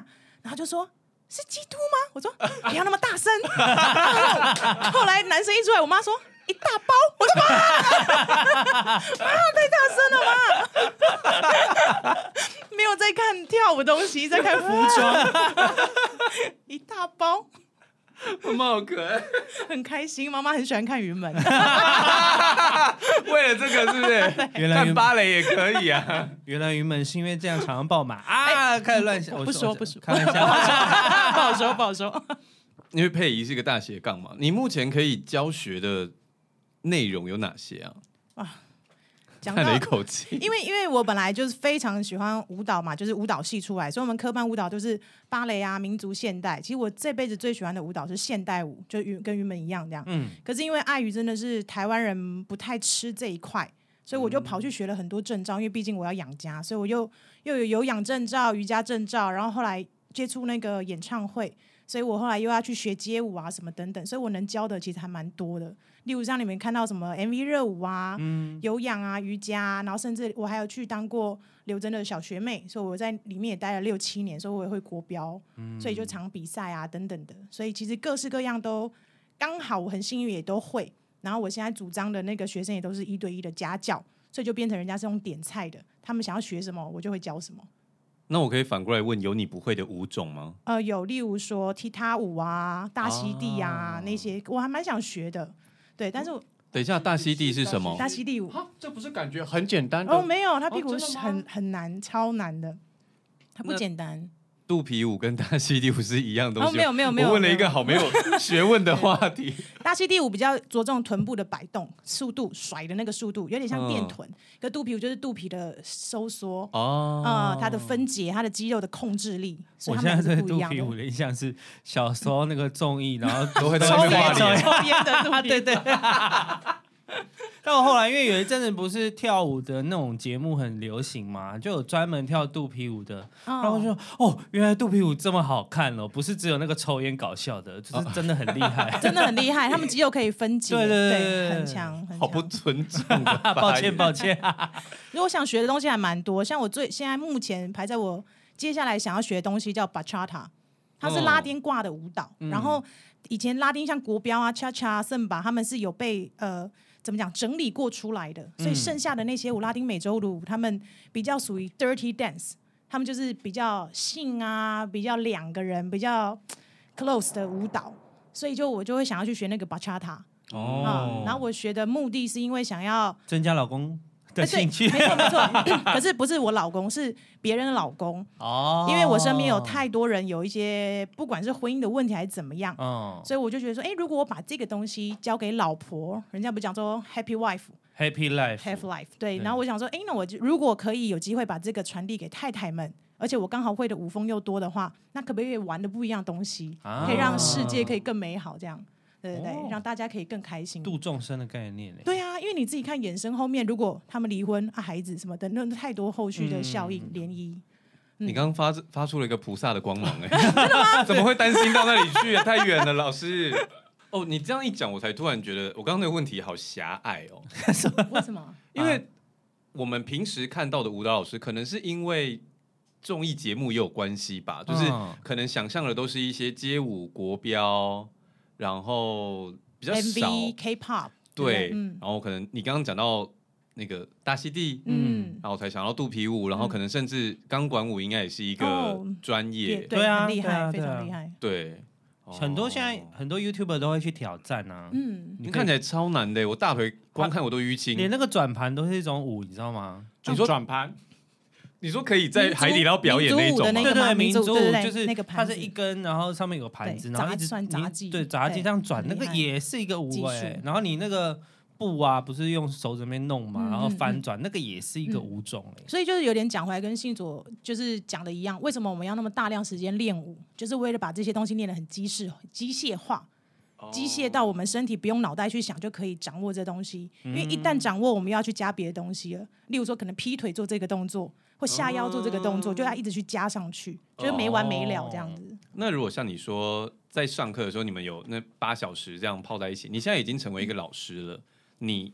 S1: 然后就说。是基督吗？我说、嗯不要那么大声。然后后来男生一出来，我妈说一大包，我说妈，妈太大声了 妈，没有在看跳舞东西，在看服 装，一大包，
S2: 妈好可爱！
S1: 很开心。妈妈很喜欢看云门，
S2: 为了这个 是不是？
S3: 原来
S2: 看
S3: 云
S2: 芭蕾也可以啊。
S3: 原来云门是因为这样常常 爆满啊，开始乱想，
S1: 哎不说哦不说
S3: 开玩笑。
S1: 不好说不好说。
S2: 因为佩仪是个大斜杠嘛，你目前可以教学的内容有哪些啊？
S1: 讲到
S2: 叹了一口气，
S1: 因为因为我本来就是非常喜欢舞蹈嘛，就是舞蹈系出来，所以我们科班舞蹈就是芭蕾啊、民族现代。其实我这辈子最喜欢的舞蹈是现代舞，就云跟云门一样这样。
S3: 嗯，
S1: 可是因为碍于真的是台湾人不太吃这一块，所以我就跑去学了很多证照，因为毕竟我要养家，所以我又又有有氧证照、瑜伽证照，然后后来接触那个演唱会，所以我后来又要去学街舞啊什么等等，所以我能教的其实还蛮多的。例如像你们看到什么 MV 热舞啊、有氧啊、瑜伽啊、然后甚至我还有去当过刘真的小学妹，所以我在里面也待了六七年，所以我也会国标，所以就常比赛啊等等的，所以其实各式各样都刚好我很幸运也都会。然后我现在主张的那个学生也都是一对一的家教，所以就变成人家是用点菜的，他们想要学什么我就会教什么。
S2: 那我可以反过来问，有你不会的舞种吗？
S1: 呃，有例如说踢踏舞啊、大溪地啊、
S2: 哦
S1: 那些，我还蛮想学的。对，但是我
S2: 等一下，大溪地是什么？
S1: 大溪地舞
S4: 啊，这不是感觉很简单的？
S1: 哦没有，他屁股
S4: 真的
S1: 是
S4: 吗
S1: 很很难，超难的，它不
S2: 那
S1: 简单。
S2: 肚皮舞跟大溪地舞是一样东西吗？
S1: 哦没有没有没有
S2: 我问了一个好 没有学问的话题。
S1: 大溪地舞比较着重臀部的摆动速度，甩的那个速度，有点像
S2: 嗯
S1: 电臀。可肚皮舞就是肚皮的收缩。
S2: 哦，
S1: 啊，它的分解，它的肌肉的控制力，所以
S3: 我
S1: 它
S3: 现
S1: 们
S3: 在
S1: 还是不
S3: 对
S1: 一
S3: 肚
S1: 样
S3: 皮
S1: 的。
S3: 舞的印象是小时候那个综艺，然后
S2: 都会在
S1: 抽
S2: 那
S1: 烟
S2: 边画
S1: 抽
S2: 脸。
S1: 烟的肚皮对对，
S3: 但我后来因为有一阵子不是跳舞的那种节目很流行嘛，就有专门跳肚皮舞的，然后我
S1: 嗯
S3: 就哦，原来肚皮舞这么好看哦，不是只有那个抽烟搞笑的，就是真的很厉 害。
S1: 真的很厉害，他们肌肉可以分解，
S3: 对对对对
S1: 很强，很
S2: 好不
S1: 强。
S2: 尊重 的发言
S3: 抱歉抱歉，
S1: 如果想学的东西还蛮多，像我最现在目前排在我接下来想要学的东西叫 bachata，它是拉丁挂的舞蹈。然后以前拉丁像国标啊、cha cha、圣巴，他们是有被呃怎么讲整理过出来的，所以剩下的那些舞，拉丁美洲的舞，他们比较属于 dirty dance，他们就是比较性啊，比较两个人比较 close 的舞蹈。所以就我就会想要去学那个 bachata 啊、
S2: 哦
S3: 嗯
S1: 然后我学的目的是因为想要
S3: 增加老公的
S1: 哎对
S3: 兴趣
S1: 没错没错， 可是不是我老公，是别人的老公，
S3: 哦
S1: 因为我身边有太多人有一些不管是婚姻的问题还是怎么样，
S3: 嗯
S1: 所以我就觉得说，哎，如果我把这个东西交给老婆，人家不讲说 happy wife
S3: happy life
S1: have life，对，然后我想说，哎，那我就如果可以有机会把这个传递给太太们。而且我刚好会的舞风又多的话，那可不可以玩的不一样东西，
S3: 啊
S1: 可以让世界可以更美好？这样，对对对，
S3: 哦
S1: 让大家可以更开心。
S3: 度众生的概念嘞。
S1: 对啊，因为你自己看衍生后面，如果他们离婚啊、孩子什么的，那太多后续的效应
S2: 嗯
S1: 涟漪。嗯
S2: 你刚刚发发出了一个菩萨的 光芒、哎，真的吗？怎么会担心到那里去？太远了，老师。 哦，你这样一讲，我才突然觉得我刚刚那个问题好狭隘哦，
S1: 为什么？
S2: 因为我们平时看到的舞蹈老师，可能是因为综艺节目也有关系
S1: 啊
S2: 吧，就是
S3: 嗯
S2: 可能想象的都是一些街舞、国标， 然后比较少
S1: MV、K-pop
S2: 对，
S1: 嗯
S2: 然后可能你刚刚讲到那个大溪地，
S1: 嗯，
S2: 然后我才想到肚皮舞，然后可能甚至钢管舞应该也是一个
S1: 哦
S2: 专业，
S1: 对
S3: 对啊
S1: 很厉
S3: 对啊
S1: 害，非
S3: 对啊
S1: 常厉害。
S2: 对，
S3: 很多现
S2: 哦
S3: 在很多 YouTuber 都会去挑战啊，
S1: 嗯，
S2: 你
S3: 可以
S2: 看起来超难的，我大腿光看我都淤青。
S3: 连那个转盘都是一种舞，你知道吗？
S2: 你说
S4: 转盘，
S2: 你说可以在海底捞表演那
S1: 民族舞的
S2: 种
S1: 那
S2: 吗
S1: 个？
S3: 对
S1: 嘛
S3: 民
S1: 民
S3: 族
S1: 族对对对
S3: 就是
S1: 那个
S3: 它
S1: 盘
S3: 是
S1: 子
S3: 一根，然后上面有个盘子，
S1: 对
S3: 然后
S1: 杂
S3: 一直
S1: 算
S3: 你
S1: 杂技
S3: 对杂技
S1: 对
S3: 这样转，
S1: 很
S3: 那个
S1: 厉害
S3: 也是一个舞
S1: 技
S3: 哎、
S1: 术
S3: 然后你那个布啊，不是用手这边弄嘛，
S1: 嗯
S3: 然后
S1: 嗯
S3: 翻
S1: 嗯
S3: 转，那个也是一个
S1: 嗯
S3: 舞种哎、
S1: 所以就是有点讲回来，跟信卓就是讲的一样，为什么我们要那么大量时间练舞，就是为了把这些东西练得很机式机械化，
S2: 哦
S1: 机械到我们身体不用脑袋去想就可以掌握这东西。
S2: 嗯
S1: 因为一旦掌握，我们要去加别的东西了，例如说可能劈腿做这个动作，
S2: 哦
S1: 或下腰做这个动作，就要一直去加上去，就是没完没了这样子。
S2: 那如果像你说在上课的时候，你们有那八小时这样泡在一起，你现在已经成为一个老师了，你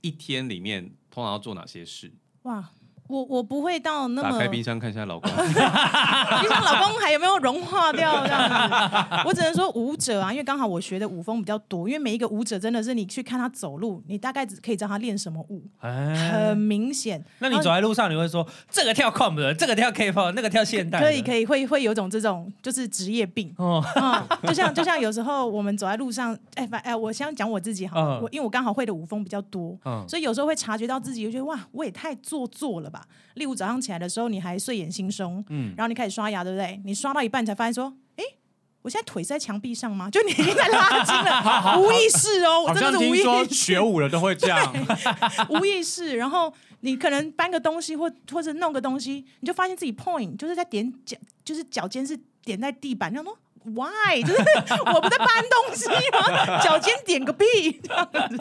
S2: 一天里面通常要做哪些事？
S1: 哇，我我不会到那
S2: 打
S1: 么
S2: 开冰箱看一下老公，
S1: 你想老公还有没有融化掉这样子？ 我只能说舞者啊，因为刚好我学的舞风比较多，因为每一个舞者真的是你去看他走路，你大概只可以知道他练什么舞，
S3: 哎，
S2: 嗯
S1: 很明显。
S3: 那你走在路上，你会说这个跳 comp 的，这个跳 K-pop，那个跳现代的，
S1: 可以可以会会有种这种就是职业病，
S3: 哦，
S1: 嗯，就像就像有时候我们走在路上，哎反哎，我先讲我自己好了，
S3: 嗯
S1: 我因为我刚好会的舞风比较多，
S3: 嗯，
S1: 所以有时候会察觉到自己，就觉得哇，我也太做作了吧。例如早上起来的时候，你还睡眼惺忪，嗯，然后你开始刷牙，对不对？你刷到一半才发现说，哎、我现在腿是在墙壁上吗？就你已经在拉筋 了，无意识哦，我
S4: 好
S1: 真的
S4: 像
S1: 是无
S4: 听
S1: 意
S4: 说
S1: 识
S4: 学舞的都会这 样，
S1: 无意识，然后你可能搬个东西或或者弄个东西，你就发现自己 point 就是在点脚，就是脚尖是点在地板，然后说 why 就是我不在搬东西吗？脚尖点个屁， 这样子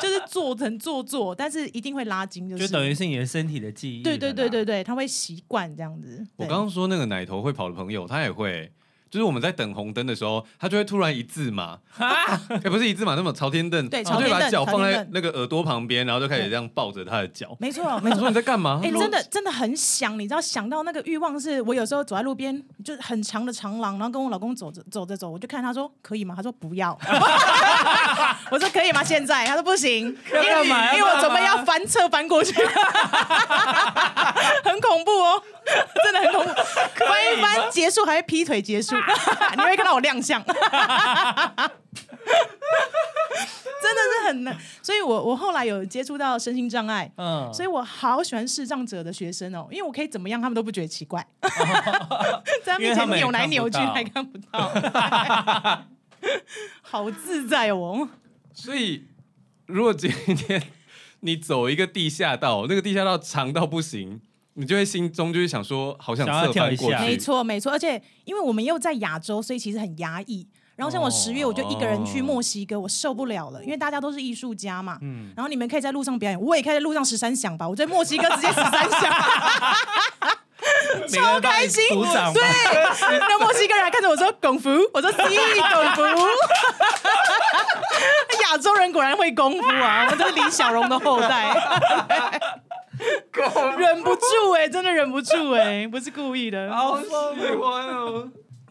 S1: 就是做成做作，但是一定会拉筋，就
S3: 就是等于是你的身体的记忆，
S1: 对对对，对对，他会习惯这样子。
S2: 我
S1: 对
S2: 刚刚说那个奶头会跑的朋友，他也会。就是我们在等红灯的时候，他就会突然一字马，
S3: 啊
S2: 哎、不是一字马，那么朝天凳，
S1: 对
S2: 他就
S1: 朝
S2: 会
S1: 天
S2: 把
S1: 凳
S2: 脚放
S1: 朝天
S2: 在
S1: 凳
S2: 那个耳朵旁边，然后就开始这样抱着他的 脚。
S1: 没错没
S2: 我
S1: 错。
S2: 说你在干嘛？
S1: 哎、真的真的很想，你知道，想到那个欲望是，我有时候走在路边，就是很长的长廊，然后跟我老公走着走着走，我就看他说可以吗？他说不 要， 我说可以吗？现在他说不行，
S3: 要干嘛？
S1: 因为我
S3: 干
S1: 准备
S3: 嘛
S1: 要翻车翻过去， 很恐怖哦，真的很恐怖。翻一翻结束还会劈腿结束， 你会看到我亮相， 真的是很难。所以我我后来有接触到身心障碍。
S3: 嗯，
S1: 所以我好喜欢视障者的学生哦，因为我可以怎么样，他们都不觉得奇 怪，在他
S3: 因为
S1: 面
S3: 他
S1: 前
S3: 们也
S1: 扭来
S3: 看不
S1: 扭去
S3: 到
S1: 还看不到，好自在哦。
S2: 所以，如果今天你走一个地下道，那个地下道长到不行，你就会心中就是想说，好想
S3: 想要
S2: 侧翻过
S3: 跳一
S2: 去。
S3: 下
S1: 没 错，没错，而且因为我们又在亚洲，所以其实很压抑。然后
S3: 哦
S1: 像我十月，我就一个人去墨西哥，我受不了了，因为大家都是艺术家嘛。
S3: 嗯
S1: 然后你们可以在路上表演，我也可以在路上十三响吧。我在墨西哥直接十三响，
S3: 超
S1: 开心
S3: 鼓掌吧，
S1: 对。 那墨西哥人还看着我说“拱服”，我说“西拱服”。亚洲人果然会功夫啊，我们都是李小龙的后 代。忍不住哎、真的忍不住哎、不是故意的。
S3: 好喜
S2: 欢哦！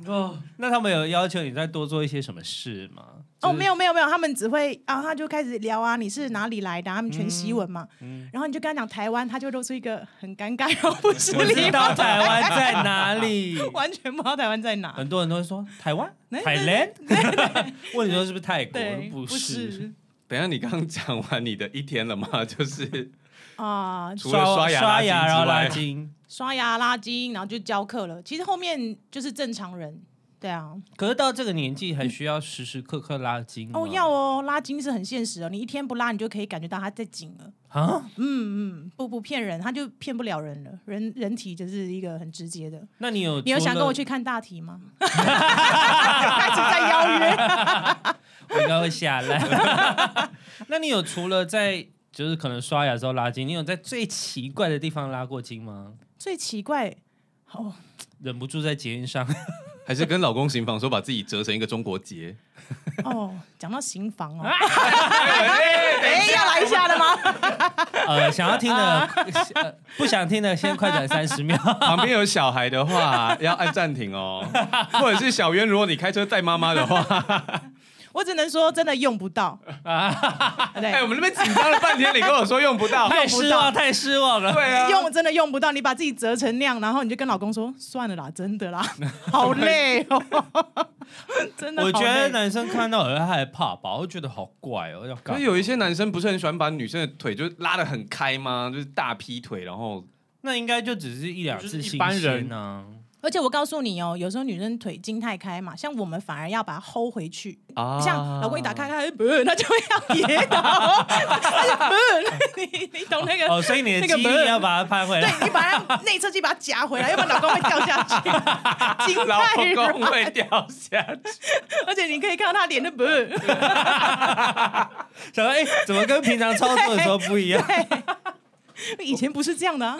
S3: 哦，那他们有要求你再多做一些什么事吗？
S1: 哦，没
S3: 有，
S1: 有没有没有，他们只会啊，他就开始聊啊，你是哪里来的啊、他们全西文嘛，
S3: 嗯
S1: 然后你就跟他讲台湾，他就露出一个很尴尬然后不是
S3: 我
S1: 礼
S3: 知
S1: 貌
S3: 道
S1: 的，
S3: 台湾在哪里。
S1: 完全不知道台湾在哪。
S3: 很多人都会说台湾、
S1: 哎
S3: 台 land，问你说是不是泰国？
S1: 对，
S3: 不
S1: 是
S2: 等一下，你刚刚讲完你的一天了吗？ 就是
S1: 啊，
S2: 除了刷牙、
S3: 刷牙然后
S2: 拉
S3: 拉
S2: 筋之外，
S3: 筋。
S1: 刷牙拉筋，然后就教课了。其实后面就是正常人，对啊，
S3: 可是到这个年纪还需要时时刻刻拉筋吗
S1: 哦要哦，拉筋是很现实哦，你一天不拉，你就可以感觉到它在紧了。
S3: 啊？
S1: 嗯嗯，不不骗人，他就骗不了人了。人人体就是一个很直接的。
S3: 那你有
S1: 你有
S3: 除
S1: 想
S3: 了
S1: 跟我？去看大体吗？开始在邀约。
S3: 我应该会下来。 那你有除了在就是可能刷牙的时候拉筋，你有在最奇怪的地方拉过筋吗？
S1: 最奇怪哦，
S3: 忍不住在捷运上，
S2: 还是跟老公行房说把自己折成一个中国结？
S1: 哦，讲到刑房哦，哎，要来一下了吗？
S3: 呃，想要听
S1: 啊
S3: 的、呃不想听的，先快转三十秒。
S2: 旁边有小孩的话，要按暂停哦。或者是小渊，如果你开车带妈妈的话，
S1: 我只能说真的用不到。对
S2: 哎，，我们那边紧张了半天，你跟我说用 不到，
S3: 太失望，太失望了。
S2: 对啊，
S1: 用真的用不到，你把自己折成那样，然后你就跟老公说算了啦，真的啦，好累哦，真 的好累。
S3: 我觉得男生看到很害怕吧，会觉得好怪哦，要
S2: 可
S3: 干
S2: 是
S3: 嘛。
S2: 有一些男生不是很喜欢把女生的腿就拉得很开吗？就是大劈腿，然后
S3: 那应该就只是一两
S4: 就
S3: 次
S4: 是一
S3: 新
S4: 般人
S3: 鲜 啊。
S1: 而且我告诉你哦，有时候女生腿筋太开嘛，像我们反而要把它 hold 回去。
S2: 啊
S1: 哎像老公一打开，他就不，他就要跌倒，他就不，你你懂那个？
S3: 哦，所以你的
S1: 那个
S3: 肌
S1: 门
S3: 力要把它攀 回来。
S1: 对你把它内侧肌把它夹回来，要不然老公会掉下去，筋
S2: 啊老
S1: 太
S2: 公
S1: 软，
S2: 会掉 下去。
S1: 而且你可以看到他脸的不。
S3: 想说哎，怎么跟平常操作的时候不一样？
S1: 以前不是这样的啊，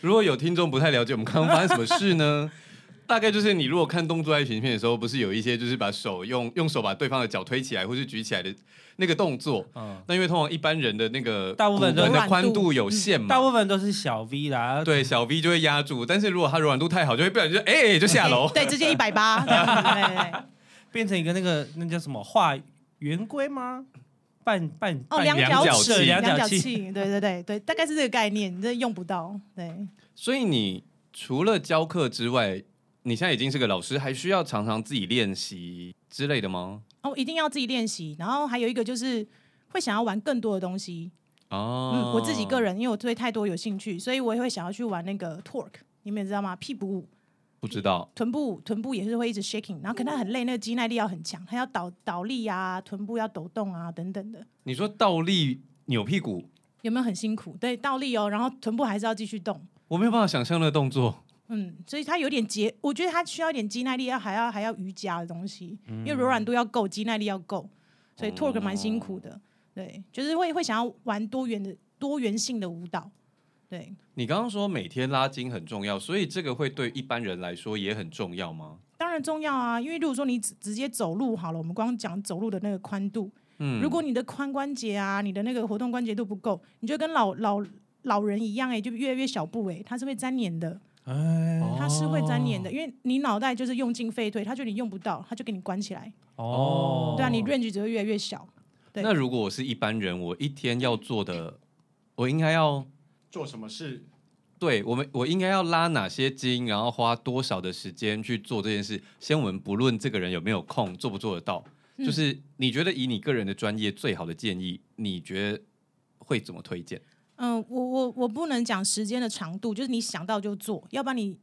S2: 如果有听众不太了解我们刚刚发生什么事呢？ 大概就是你如果看动作爱情片的时候，不是有一些就是把手用用手把对方的脚推起来或是举起来的那个动作。
S3: 嗯，
S2: 那因为通常一般人的那个
S3: 大部分
S2: 骨盆
S1: 都
S2: 的宽度有限
S3: 大
S1: 嗯
S2: 嘛，
S3: 部分都是小 V 啦，
S2: 对小 V 就会压住，但是如果他柔软度太好，就会不小心就哎、就下楼。
S1: 对，直接一百八，这样子对对对
S3: 变成一个那个那叫什么画圆规吗？半半
S1: 哦，
S3: 半
S1: 两
S2: 两角
S1: 角
S2: 器
S1: 器，
S3: 两角
S1: 角
S3: 器
S1: 器，对对对对，大概是这个概念，你这用不到，对。
S2: 所以你除了教课之外，你现在已经是个老师，还需要常常自己练习之类的吗？
S1: 哦，一定要自己练习。然后还有一个就是会想要玩更多的东西。
S2: 哦、
S1: 嗯，我自己个人因为我对太多有兴趣，所以我也会想要去玩那个 torque，你们也知道吗？屁股舞、
S2: 不知道
S1: 臀部舞，臀部也是会一直 shaking，然后可能很累，那个肌耐力要很强，还要倒倒立啊，臀部要抖动啊等等的，
S2: 你说倒立扭屁股，
S1: 有没有很辛苦？对，倒立哦，然后臀部还是要继续动。
S2: 我没有办法想象那个动作。
S1: 嗯，所以它有点结，我觉得它需要一点肌耐力，要还要还要瑜伽的东西，因为柔软度要够，肌耐力要够，所以 torque 蛮辛苦的。对，就是会会想要玩多元的多元性的舞蹈。对，
S2: 你刚刚说每天拉筋很重要，所以这个会对一般人来说也很重要吗？
S1: 当然重要啊，因为如果说你直直接走路好了，我们光讲走路的那个宽度，
S2: 嗯，
S1: 如果你的髋关节啊，你的那个活动关节度不够，你就跟老老老人一样哎、就越来越小步哎、它是会粘黏的，
S3: 哎
S1: 它是会粘黏的，因为你脑袋就是用进废退，它觉得你用不到，它就给你关起来。
S3: 哦，
S1: 对啊，你 range 只会越来越小。对
S2: 那如果我是一般人，我一天要做的，我应该要
S4: 做什么事？
S2: 对我们，我应该要拉哪些筋，然后花多少的时间去做这件事？先我们不论这个人有没有空，做不做得到，
S1: 嗯
S2: 就是你觉得以你个人的专业最好的建议，你觉得会怎么推荐？
S1: 嗯，我我我不能讲时间的长度，就是你想到就做，要不然你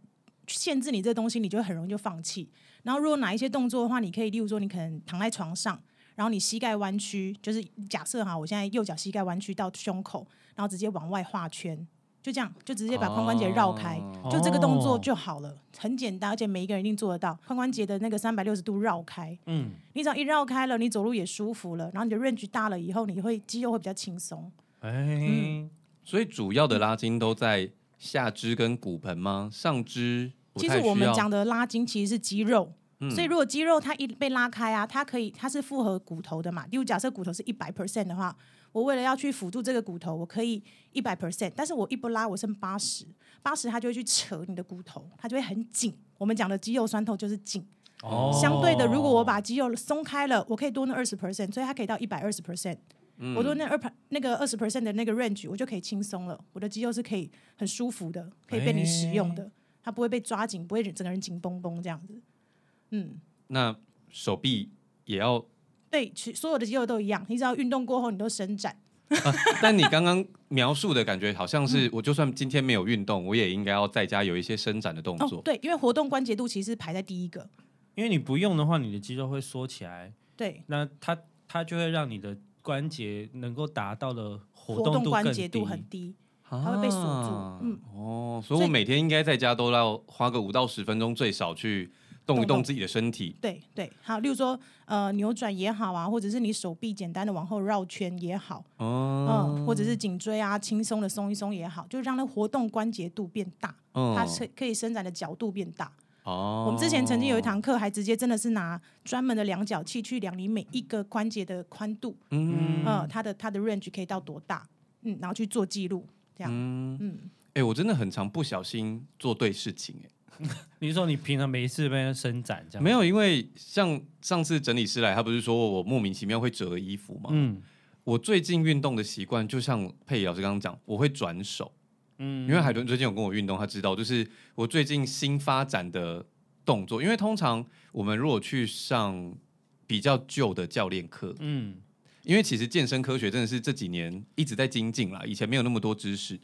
S1: 限制你这东西，你就很容易就放弃。然后如果哪一些动作的话，你可以，例如说你可能躺在床上，然后你膝盖弯曲，就是假设哈，我现在右脚膝盖弯曲到胸口，然后直接往外画圈，就这样，就直
S2: 直
S1: 接把髋关节绕
S2: 哦
S1: 开。
S4: 哦
S1: 就这个动作就好了，很简单，而且每一个人一定做得到。髋关节的那个三百六十度绕开，
S3: 嗯，
S1: 你只要一绕开了，你走路也舒服了，然后你的 range 大了以后，你会肌肉会比较轻松。嗯
S3: 哎，
S2: 所以主要的拉筋都在下肢跟骨盆吗？上肢不
S1: 其
S2: 太
S1: 实我
S2: 需
S1: 们
S2: 要
S1: 讲的拉筋其实是肌肉，
S2: 嗯
S1: 所以如果肌肉它一被拉开啊，它可以它是复合骨头的嘛。例如假设骨头是一百 percent 的话，我为了要去辅助这个骨头，我可以一百 percent，但是我一不拉，我剩八十，八十它就会去扯你的骨头，它就会很紧。我们讲的肌肉酸痛就是紧，
S3: 哦
S1: 相对的，如果我把肌肉松开了，我可以多那二十 percent，所以它可以到一百二十 percent。我多那二那个二十 percent 的那个 range，我就可以轻松了。我的肌肉是可以很舒服的，可以被你使用的，它不会被抓紧，不会整个人紧绷绷这样子。嗯，
S2: 那手臂也要，
S1: 对，其所有的肌肉都一样，你只要运动过后你都伸展。
S2: 但你刚刚描述的感觉好像
S1: 嗯
S2: 是，我就算今天没有运动，我也应该要在家有一些伸展的动
S1: 哦
S2: 作，。
S1: 对，因为活动关节度其实是排在第一个。
S3: 因为你不用的话，你的肌肉会缩起来，
S1: 对，
S3: 那它它就会让你的关节能够达到的活
S1: 活
S3: 动
S1: 动
S3: 度
S1: 关
S3: 更
S1: 节
S3: 低嗯
S1: 度。很低，
S2: 它
S1: 哦会被锁住嗯，
S2: 哦，所
S1: 所
S2: 以我
S1: 以
S2: 每天应该在家都要花个五到十分钟，最少去动一
S1: 动
S2: 动
S1: 动
S2: 自己的身体。
S1: 对对，好，例如说呃扭转也好啊，或者是你手臂简单的往后绕圈也好，
S2: 哦，
S1: 嗯，或者是颈椎啊，轻松的松一松也好，就让那活动关节度变大，
S2: 嗯
S1: 它是可以伸展的角度变大。
S2: 哦，
S1: 我们之前曾经有一堂课，还直接真的是拿专门的量角器去量你每一个关节的宽度，
S2: 嗯，
S1: 嗯、它的它的 range 可以到多大，嗯，然后去做记录，这样，嗯
S2: 哎，我真的很常不小心做对事情，哎，
S3: 你是说你平常没事被伸展这样？
S2: 没有，，因为像上次整理师来，他不是说我莫名其妙会折衣服吗？
S3: 嗯
S2: 我最近运动的习惯，就像佩仪老师刚刚讲，我会转手，
S3: 嗯
S2: 因为海豚最近有跟我运动，他知道，就是我最近新发展的动作。因为通常我们如果去上比较旧的教练课，
S3: 嗯
S2: 因为其实健身科学真的是这几年一直在精进啦，以前没有那么多知识。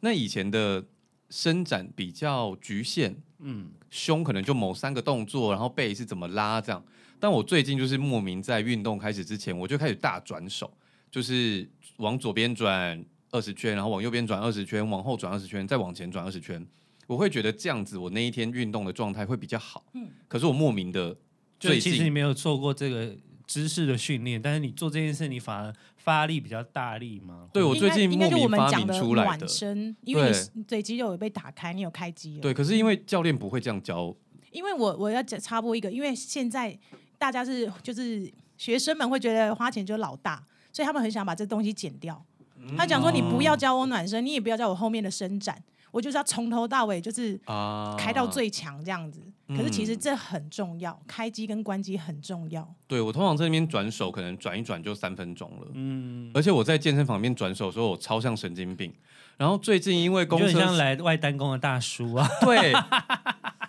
S2: 那以前的伸展比较局限，
S3: 嗯，
S2: 胸可能就某三个动作，然后背是怎么拉这样。但我最近就是莫名在运动开始之前，我就开始大转手，就是往左边转二十圈，然后往右边转二十圈，往后转二十圈，再往前转二十圈。我会觉得这样子，我那一天运动的状态会比较好。嗯，可是我莫名的
S3: 就
S2: 最
S3: 其实
S2: 近
S3: 你没有做过这个知识的训练，但是你做这件事，你反而发力比较大力吗？
S2: 对我
S1: 应
S2: 最
S1: 该
S2: 近
S1: 应
S2: 莫
S1: 该就我
S2: 名
S1: 们
S2: 发
S1: 讲
S2: 明
S1: 的
S2: 出来
S1: 暖
S2: 的，
S1: 身，因为
S2: 对
S1: 你对肌肉有被打开，你有开机了。
S2: 对。可是因为教练不会这样教，
S1: 因为我我要讲插播一个，因为现在大家是就是学生们会觉得花钱就是老大，所以他们很想把这东西剪掉。
S2: 嗯
S1: 他讲说：“你不要教我暖身，你也不要教我后面的伸展，我就是要从头到尾就是
S2: 啊，
S1: 开到。最强这样子。可是其实
S2: 嗯
S1: 这很重要，开机跟关机很重要。
S2: 对我通常在那边转手，可能转一转就三分钟了。
S3: 嗯，
S2: 而且我在健身房里面转手的时候，我超像神经病。然后最近因为
S3: 就
S2: 公
S3: 很像
S2: 车，
S3: 来外单工的大叔啊，
S2: 对，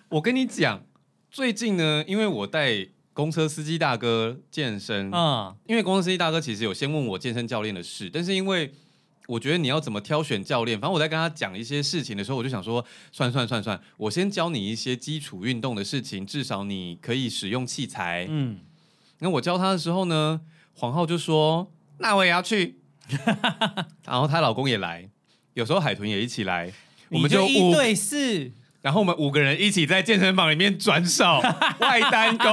S2: 我跟你讲，最近呢，因为我带公车司机大哥健身，
S3: 啊，
S2: 因为公车司机大哥其实有先问我健身教练的事，但是因为我觉得你要怎么挑选教练，反正我在跟他讲一些事情的时候，我就想说，算算算算，我先教你一些基础运动的事情，至少你可以使用器材。
S3: 嗯，
S2: 那我教她的时候呢， 黄浩就说：“那我也要去。”然后她老公也来，有时候海豚也一起来，我们
S3: 你一
S2: 五，
S3: 对四，
S2: 然后我们五个人一起在健身房里面转手外单弓，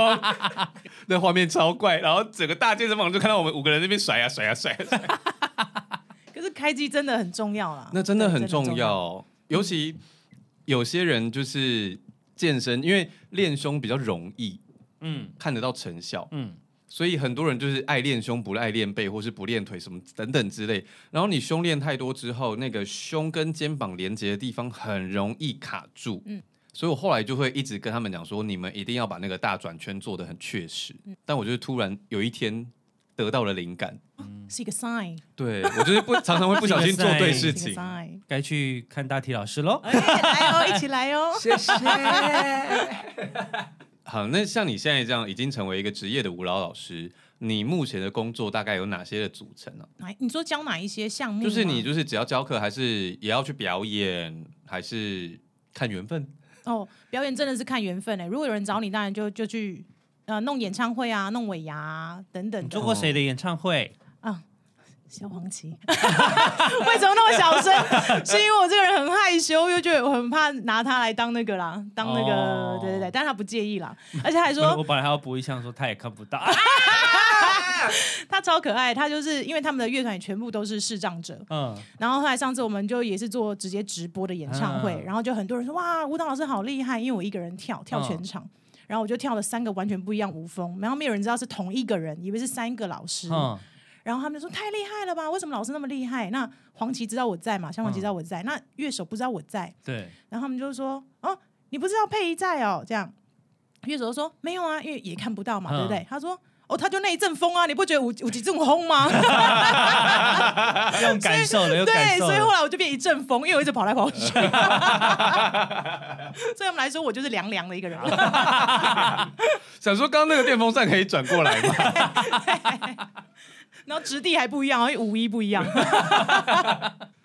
S2: 那画面超怪。然后整个大健身房就看到我们五个人在那边甩呀、甩呀、甩呀、甩啊
S1: 可是开机真的很重要啦，
S2: 那真的
S1: 啊对
S2: 很重。要。尤其有些人就是健身，因为练胸比较容易
S3: 嗯
S2: 看得到成效，
S3: 嗯，
S2: 所以很多人就是爱练胸不爱练背，或是不练腿什么等等之类。然后你胸练太多之后，那个胸跟肩膀连接的地方很容易卡住。
S1: 嗯
S2: 所以我后来就会一直跟他们讲说，你们一定要把那个大转圈做得很确实。但我就是突然有一天得到了灵感，
S1: 是一个 sign，
S2: 对我就是不常常会不小心做对
S3: 是
S2: 事
S1: 是一
S2: 情
S1: 个。sign。
S3: 该去看大体老师喽。
S1: 哎，来哦，一起来哦。
S2: 谢谢。好，那像你现在这样已经成为一个职业的舞蹈老师，你目前的工作大概有哪些的组成呢、
S1: 来，你说教哪一些项目吗？
S2: 就是你就是只要教课，还是也要去表演，还是看缘分？
S1: 哦，表演真的是看缘分哎、如果有人找你，当然就就去呃弄演唱会啊，弄尾牙、啊、等等
S3: 你
S1: 的
S3: 做过谁的演唱会？
S1: 啊。小黄旗， 为什么那么小声？ 是因为我这个人很害羞，又觉得我很怕拿他来当那个啦，当那个，
S3: 哦
S1: 对对对，但他不介意啦，而且还
S3: 不是我
S1: 说啊
S3: 本来还要补一项说他也看不到，
S1: 他超可爱，他就是因为他们的乐团全部都是视障者，
S3: 嗯，
S1: 然后后来上次我们就也是做直接直播的演唱会，
S3: 嗯
S1: 然后就很多人说哇，舞蹈老师好厉害，因为我一个人跳跳全场。
S3: 嗯
S1: 然后我就跳了三个完全不一样舞风，然后没有人知道是同一个人，以为是三个老师。
S3: 嗯，
S1: 然后他们就说太厉害了吧？为什么老师那么厉害？那黄芪知道我在嘛？小黄芪知道我
S3: 嗯
S1: 在，那乐手不知道我在，
S3: 对，
S1: 然后他们就说哦，你不知道佩仪在哦，这样。乐手就说没有啊，因为也看不到嘛，
S3: 嗯
S1: 对不对？他说哦，他就那一阵风啊，你不觉得五五级阵轰吗？
S3: 用感受了，有感
S1: 对，
S3: 受
S1: 所以后
S3: 了。
S1: 来我就变一阵风，因为我一直跑来 跑去。所以我们来说，我就是凉凉的一个人。
S2: 想说刚刚那个电风扇可以转过来吗？
S1: 然后质地还不一样，然后舞衣不一 样。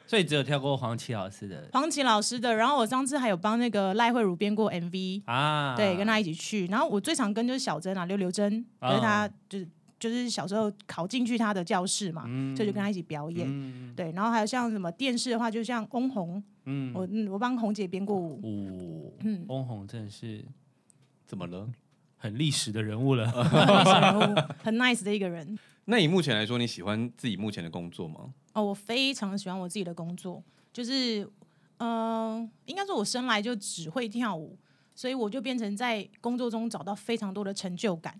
S3: 所以只有跳过黄绮老师的
S1: 黄芪老师的，然后我上次还有帮那个赖慧茹编过 MV，、
S3: 啊，
S1: 对，跟她一起去。然后我最常跟就是小珍啊，刘刘珍，
S3: 啊
S1: 跟她就是就是小时候考进去她的教室嘛，所以就跟她一起表演。
S3: 嗯
S1: 对，然后还有像什么电视的话，就像翁虹，
S3: 嗯，
S1: 我嗯我帮红姐编过 舞，
S3: 五
S1: 嗯，
S3: 翁虹真的是
S2: 怎么了？
S3: 很历史的人物
S2: 呃
S3: 了。
S1: 然后很 nice 的一个人。
S2: 那你目前来说，你喜欢自己目前的工作吗？
S1: 哦，我非常喜欢我自己的工作，就是，嗯、应该说我生来就只会跳舞，所以我就变成在工作中找到非常多的成就感。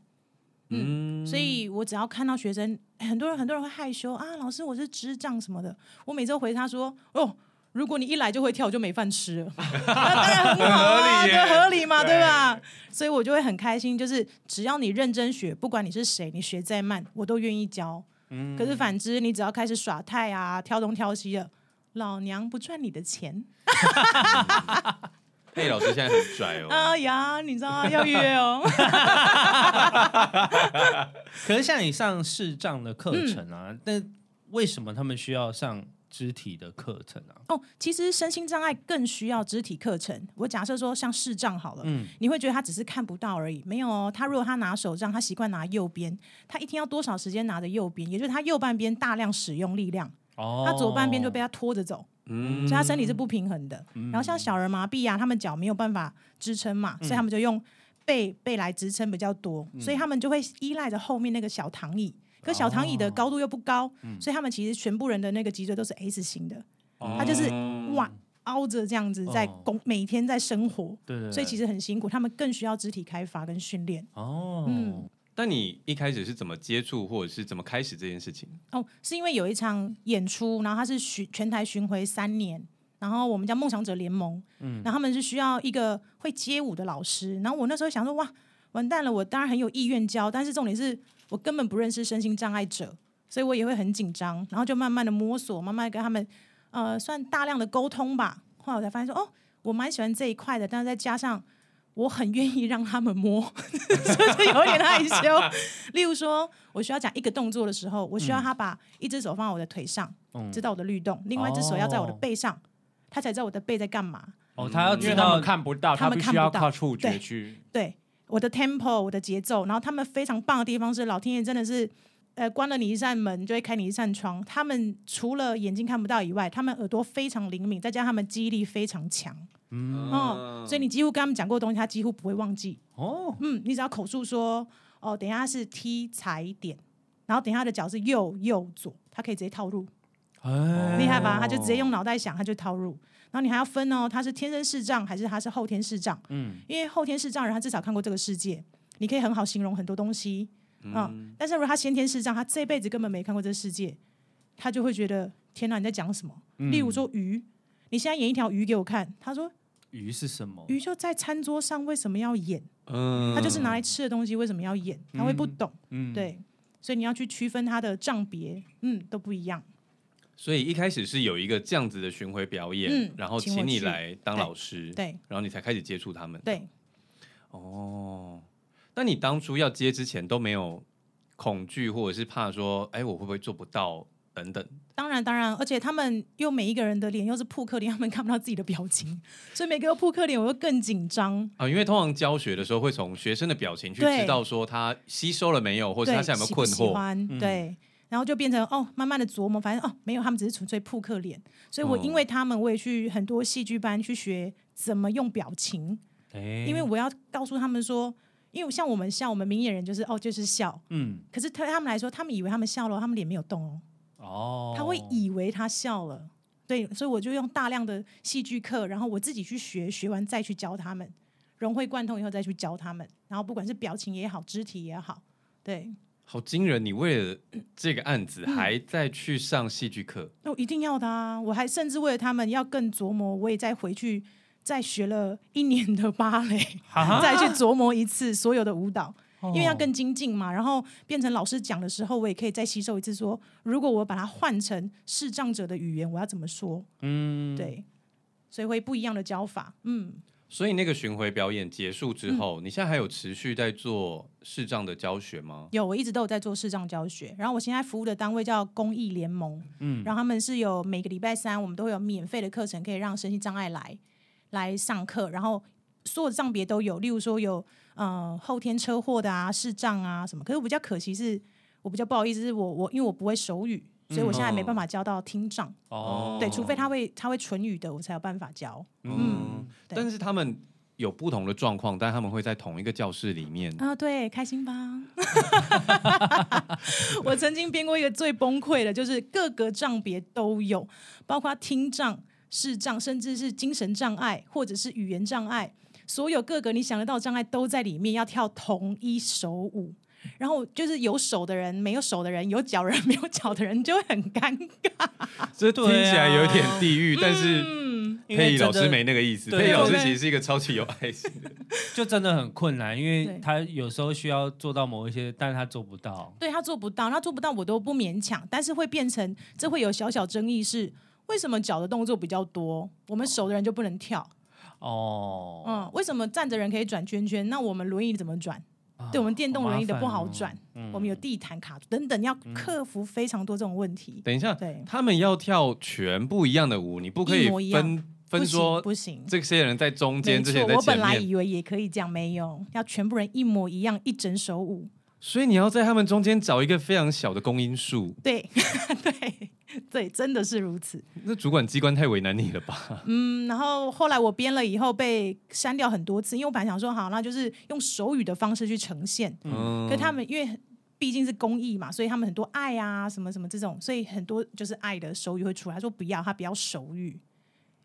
S2: 嗯，
S1: 所以我只要看到学生，很多人很多人会害羞啊，老师我是智障什么的，我每次都回他说，哦，如果你一来就会跳，就没饭吃了， 那当然很好啊，
S2: 合理耶
S1: 对，合理嘛，
S2: 对
S1: 对吧？所以我就会很开心，就是只要你认真学，不管你是谁，你学再慢，我都愿意教。
S2: 嗯
S1: 可是反之，你只要开始耍太啊，挑东挑西的，老娘不赚你的钱。
S2: 佩老师现在很拽哦
S1: 哎，呀，你知道 啊要约哦，
S3: 可是像你上视障的课程
S1: 嗯
S3: 啊，那、为什么他们需要上肢体的课程啊？
S1: 哦，其实身心障碍更需要肢体课程。我假设说像视障好了，你会觉得他只是看不到而已，没有哦。他如果他拿手杖，他习惯拿右边，他一天要多少时间拿着右边？也就是他右半边大量使用力量，
S3: 哦
S1: 他左半边就被他拖着走。所
S2: 嗯
S1: 以他身体是不平衡的。然后像小儿麻痹啊，他们脚没有办法支撑嘛，所以他们就用背背来支撑比较多，所以他们就会依赖着后面那个小躺椅。可小躺椅的高度又不高，所以他们其实全部人的那个脊椎都是 S 型的，
S2: 哦
S1: 他就是哇凹着这样子在
S3: 嗯哦
S1: 工，每天在生活，
S3: 对对对，
S1: 所以其
S3: 实
S1: 实很辛苦。他们更需要肢体开发跟训练。
S3: 哦，
S1: 嗯
S2: 但你一开始是怎么接触或者是怎么开始这件事情？
S1: 哦，是因为有一场演出，然后他是巡全台巡回三年，然后我们叫梦想者联盟，嗯，然后他们是需要一个会街舞的老师，然后我那时候想说，哇，完蛋了，我当然很有意愿教，但是重点是我根本不认识身心障碍者，所以我也会很紧张，然后就慢慢的摸索，慢慢地跟他们呃算大量的沟通吧，后来我才发现说，哦，我蛮喜欢这一块的，但是再加上。我很愿意让他们摸， 就是有点害羞。例如说，我需要讲一个动作的时候，我需要他把一只手放在我的腿上，
S3: 嗯
S1: 知道我的律动；，另外一只手要在我的
S3: 哦
S1: 背上，他才知道我的背在干嘛。
S3: 哦，他要
S4: 因
S3: 知
S4: 为他
S3: 道
S4: 们看不到，
S1: 嗯他们
S4: 必
S1: 看不
S4: 须要
S1: 到
S4: 靠触
S1: 对
S4: 觉去。
S1: 对，我的 tempo，我的节奏。然后他们非常棒的地方是，老天爷真的是，呃，关了你一扇门，就会开你一扇窗。他们除了眼睛看不到以外，他们耳朵非常灵敏，再加上他们记忆力非常强。哦，所以你几乎跟他们讲过的东西，他几乎不会忘记。
S3: 哦，
S1: 嗯，你只要口述说，哦，等一下是踢踩点，然后等一下他的脚是右右左，他可以直接套入，
S3: 哎
S1: 厉害吧？他就直接用脑袋想，他就套入。然后你还要分哦，他是天生视障还是他是后天视障？嗯，因为后天视障人他至少看过这个世界，你可以很好形容很多东西啊、但是如果他先天视障，他这辈子根本没看过这个世界，他就会觉得天哪，你在讲什么？例如说鱼，你现在演一条鱼给我看，他说
S3: 鱼是什么？
S1: 鱼就在餐桌上，为什么要演？
S2: 嗯，
S1: 他就是拿来吃的东西，为什么要演？他会不懂，
S4: 嗯，
S1: 对，所以你要去区分他的账别，嗯，都不一样。
S2: 所以一开始是有一个这样子的巡回表演，
S1: 嗯
S2: 然后
S1: 请我
S2: 请你
S1: 去
S2: 来当
S1: 对
S2: 老师，
S1: 对
S2: 然后你才开始接触他们。
S1: 对，
S2: 哦，那你当初要接之前都没有恐惧，或者是怕说，哎，我会不会做不到等等？
S1: 当然当然，而且他们又每一个人的脸又是扑克脸，他们看不到自己的表情， 所以每个都扑克脸，我又更紧张。
S2: 啊，因为通常教学的时候会从学生的表情去
S1: 对
S2: 知道说他吸收了没有，或者
S1: 对，
S2: 是他现在有没有困
S1: 喜不喜
S2: 惑。嗯
S1: 欢？对，然后就变成哦，慢慢的琢磨，反正哦，没有，他们只是纯粹扑克脸。所以
S2: 嗯
S1: 我因为他们，我也去很多戏剧班去学怎么用表情，
S2: 嗯
S3: 哎
S1: 因为我要告诉他们说，因为像我们笑，我们明眼人就是哦，就是笑，
S3: 嗯
S1: 可是对他们来说，他们以为他们笑了，他们脸没有动哦，
S3: 哦，
S1: 他会以为他笑了。对，所以我就用大量的戏剧课，然后我自己去学，学完再去教他们，融会贯通以后再去教他们。然后不管是表情也好，肢体也好，对，
S2: 好惊人！你为了这个案
S1: 嗯
S2: 子还在去上戏剧课，
S1: 那我一定要的啊！我还甚至为了他们要更琢磨，我也再回去再学了一年的芭蕾，
S3: 哈哈
S1: 再去琢磨一次所有的舞蹈。因为要
S3: 哦
S1: 更精进嘛，然后变成老师讲的时候，我也可以再吸收一次说如果我把它换成视障者的语言，我要怎么说？嗯，对，所以会不一样的教法。嗯，
S2: 所以那个巡回表演结束之后，你现在还有持续在做视障的教学吗？
S1: 有，我一直都有在做视障教学，然后我现在服务的单位叫公益联盟，嗯，然后他们是有每个礼拜三我们都会有免费的课程，可以让身心障碍来来上课，然后所有的障别都有，例如说有呃后天车祸的啊、视障啊什么，可是我比较可惜是，我比较不好意思是我我因为我不会手语，所以我现在没办法教到听障，
S3: 哦
S1: 对，除非他会他会唇语的，我才有办法教。
S2: 嗯，
S1: 对
S2: 但是他们有不同的状况，但他们会在同一个教室里面。
S1: 啊，对，开心吧！ 我曾经编过一个最崩溃的，就是各个障别都有，包括听障、视障，甚至是精神障碍或者是语言障碍，所有各个你想得到的障碍都在里面，要跳同一首舞。然后就是有手的人，没有手的人，有脚人， 没有脚的人，就会很尴尬。
S2: 这听
S3: 对
S2: 起来有
S3: 啊
S2: 点地狱，但是
S1: 嗯，
S3: 因
S2: 佩
S3: 为
S2: 仪老
S3: 真
S2: 师
S3: 的
S2: 没那个意思。
S3: 对
S2: 佩仪老师
S1: 对对
S2: 其实是一个超级有爱心 的人。
S3: 就真的很困难，因
S1: 对
S3: 为他有时候需要做到某一些，但是他做不到。
S1: 对他做不到，他做不到我都不勉强，但是会变成这会有小小争议是。为什么脚的动作比较多？我们手的人就不能跳？
S3: 哦，
S1: 嗯，为什么站着人可以转圈圈？那我们轮椅怎么转？
S3: 啊
S1: 对我们电动轮椅的不好。
S3: 麻
S1: 转，
S3: 烦
S2: 嗯
S3: 哦
S1: 我们有地毯卡住等等，要克服非常多这种问题。
S2: 等一下，
S1: 对，
S2: 他们要跳全不一样的舞，你不可以
S1: 一模一样
S2: 分
S1: 不
S2: 分
S1: 行
S2: 说
S1: 不行。
S2: 这些人在中
S1: 没
S2: 间，这些
S1: 错，
S2: 人在
S1: 我本
S2: 前
S1: 来
S2: 面，
S1: 以为也可以这样，没有，要全部人一模一样，一整首舞。
S2: 所以你要在他们中间找一个非常小的公因数。
S1: 对， 对，对，真的是如此。
S2: 那主管机关太为难你了吧？
S1: 嗯，然后后来我编了以后被删掉很多次，因为我本来想说好，那就是用手语的方式去呈现，
S2: 嗯，
S1: 可他们因为。毕竟是公益嘛，所以他们很多爱啊，什么什么这种，所以很多就是爱的手语会出来。他说不要，他不要手语，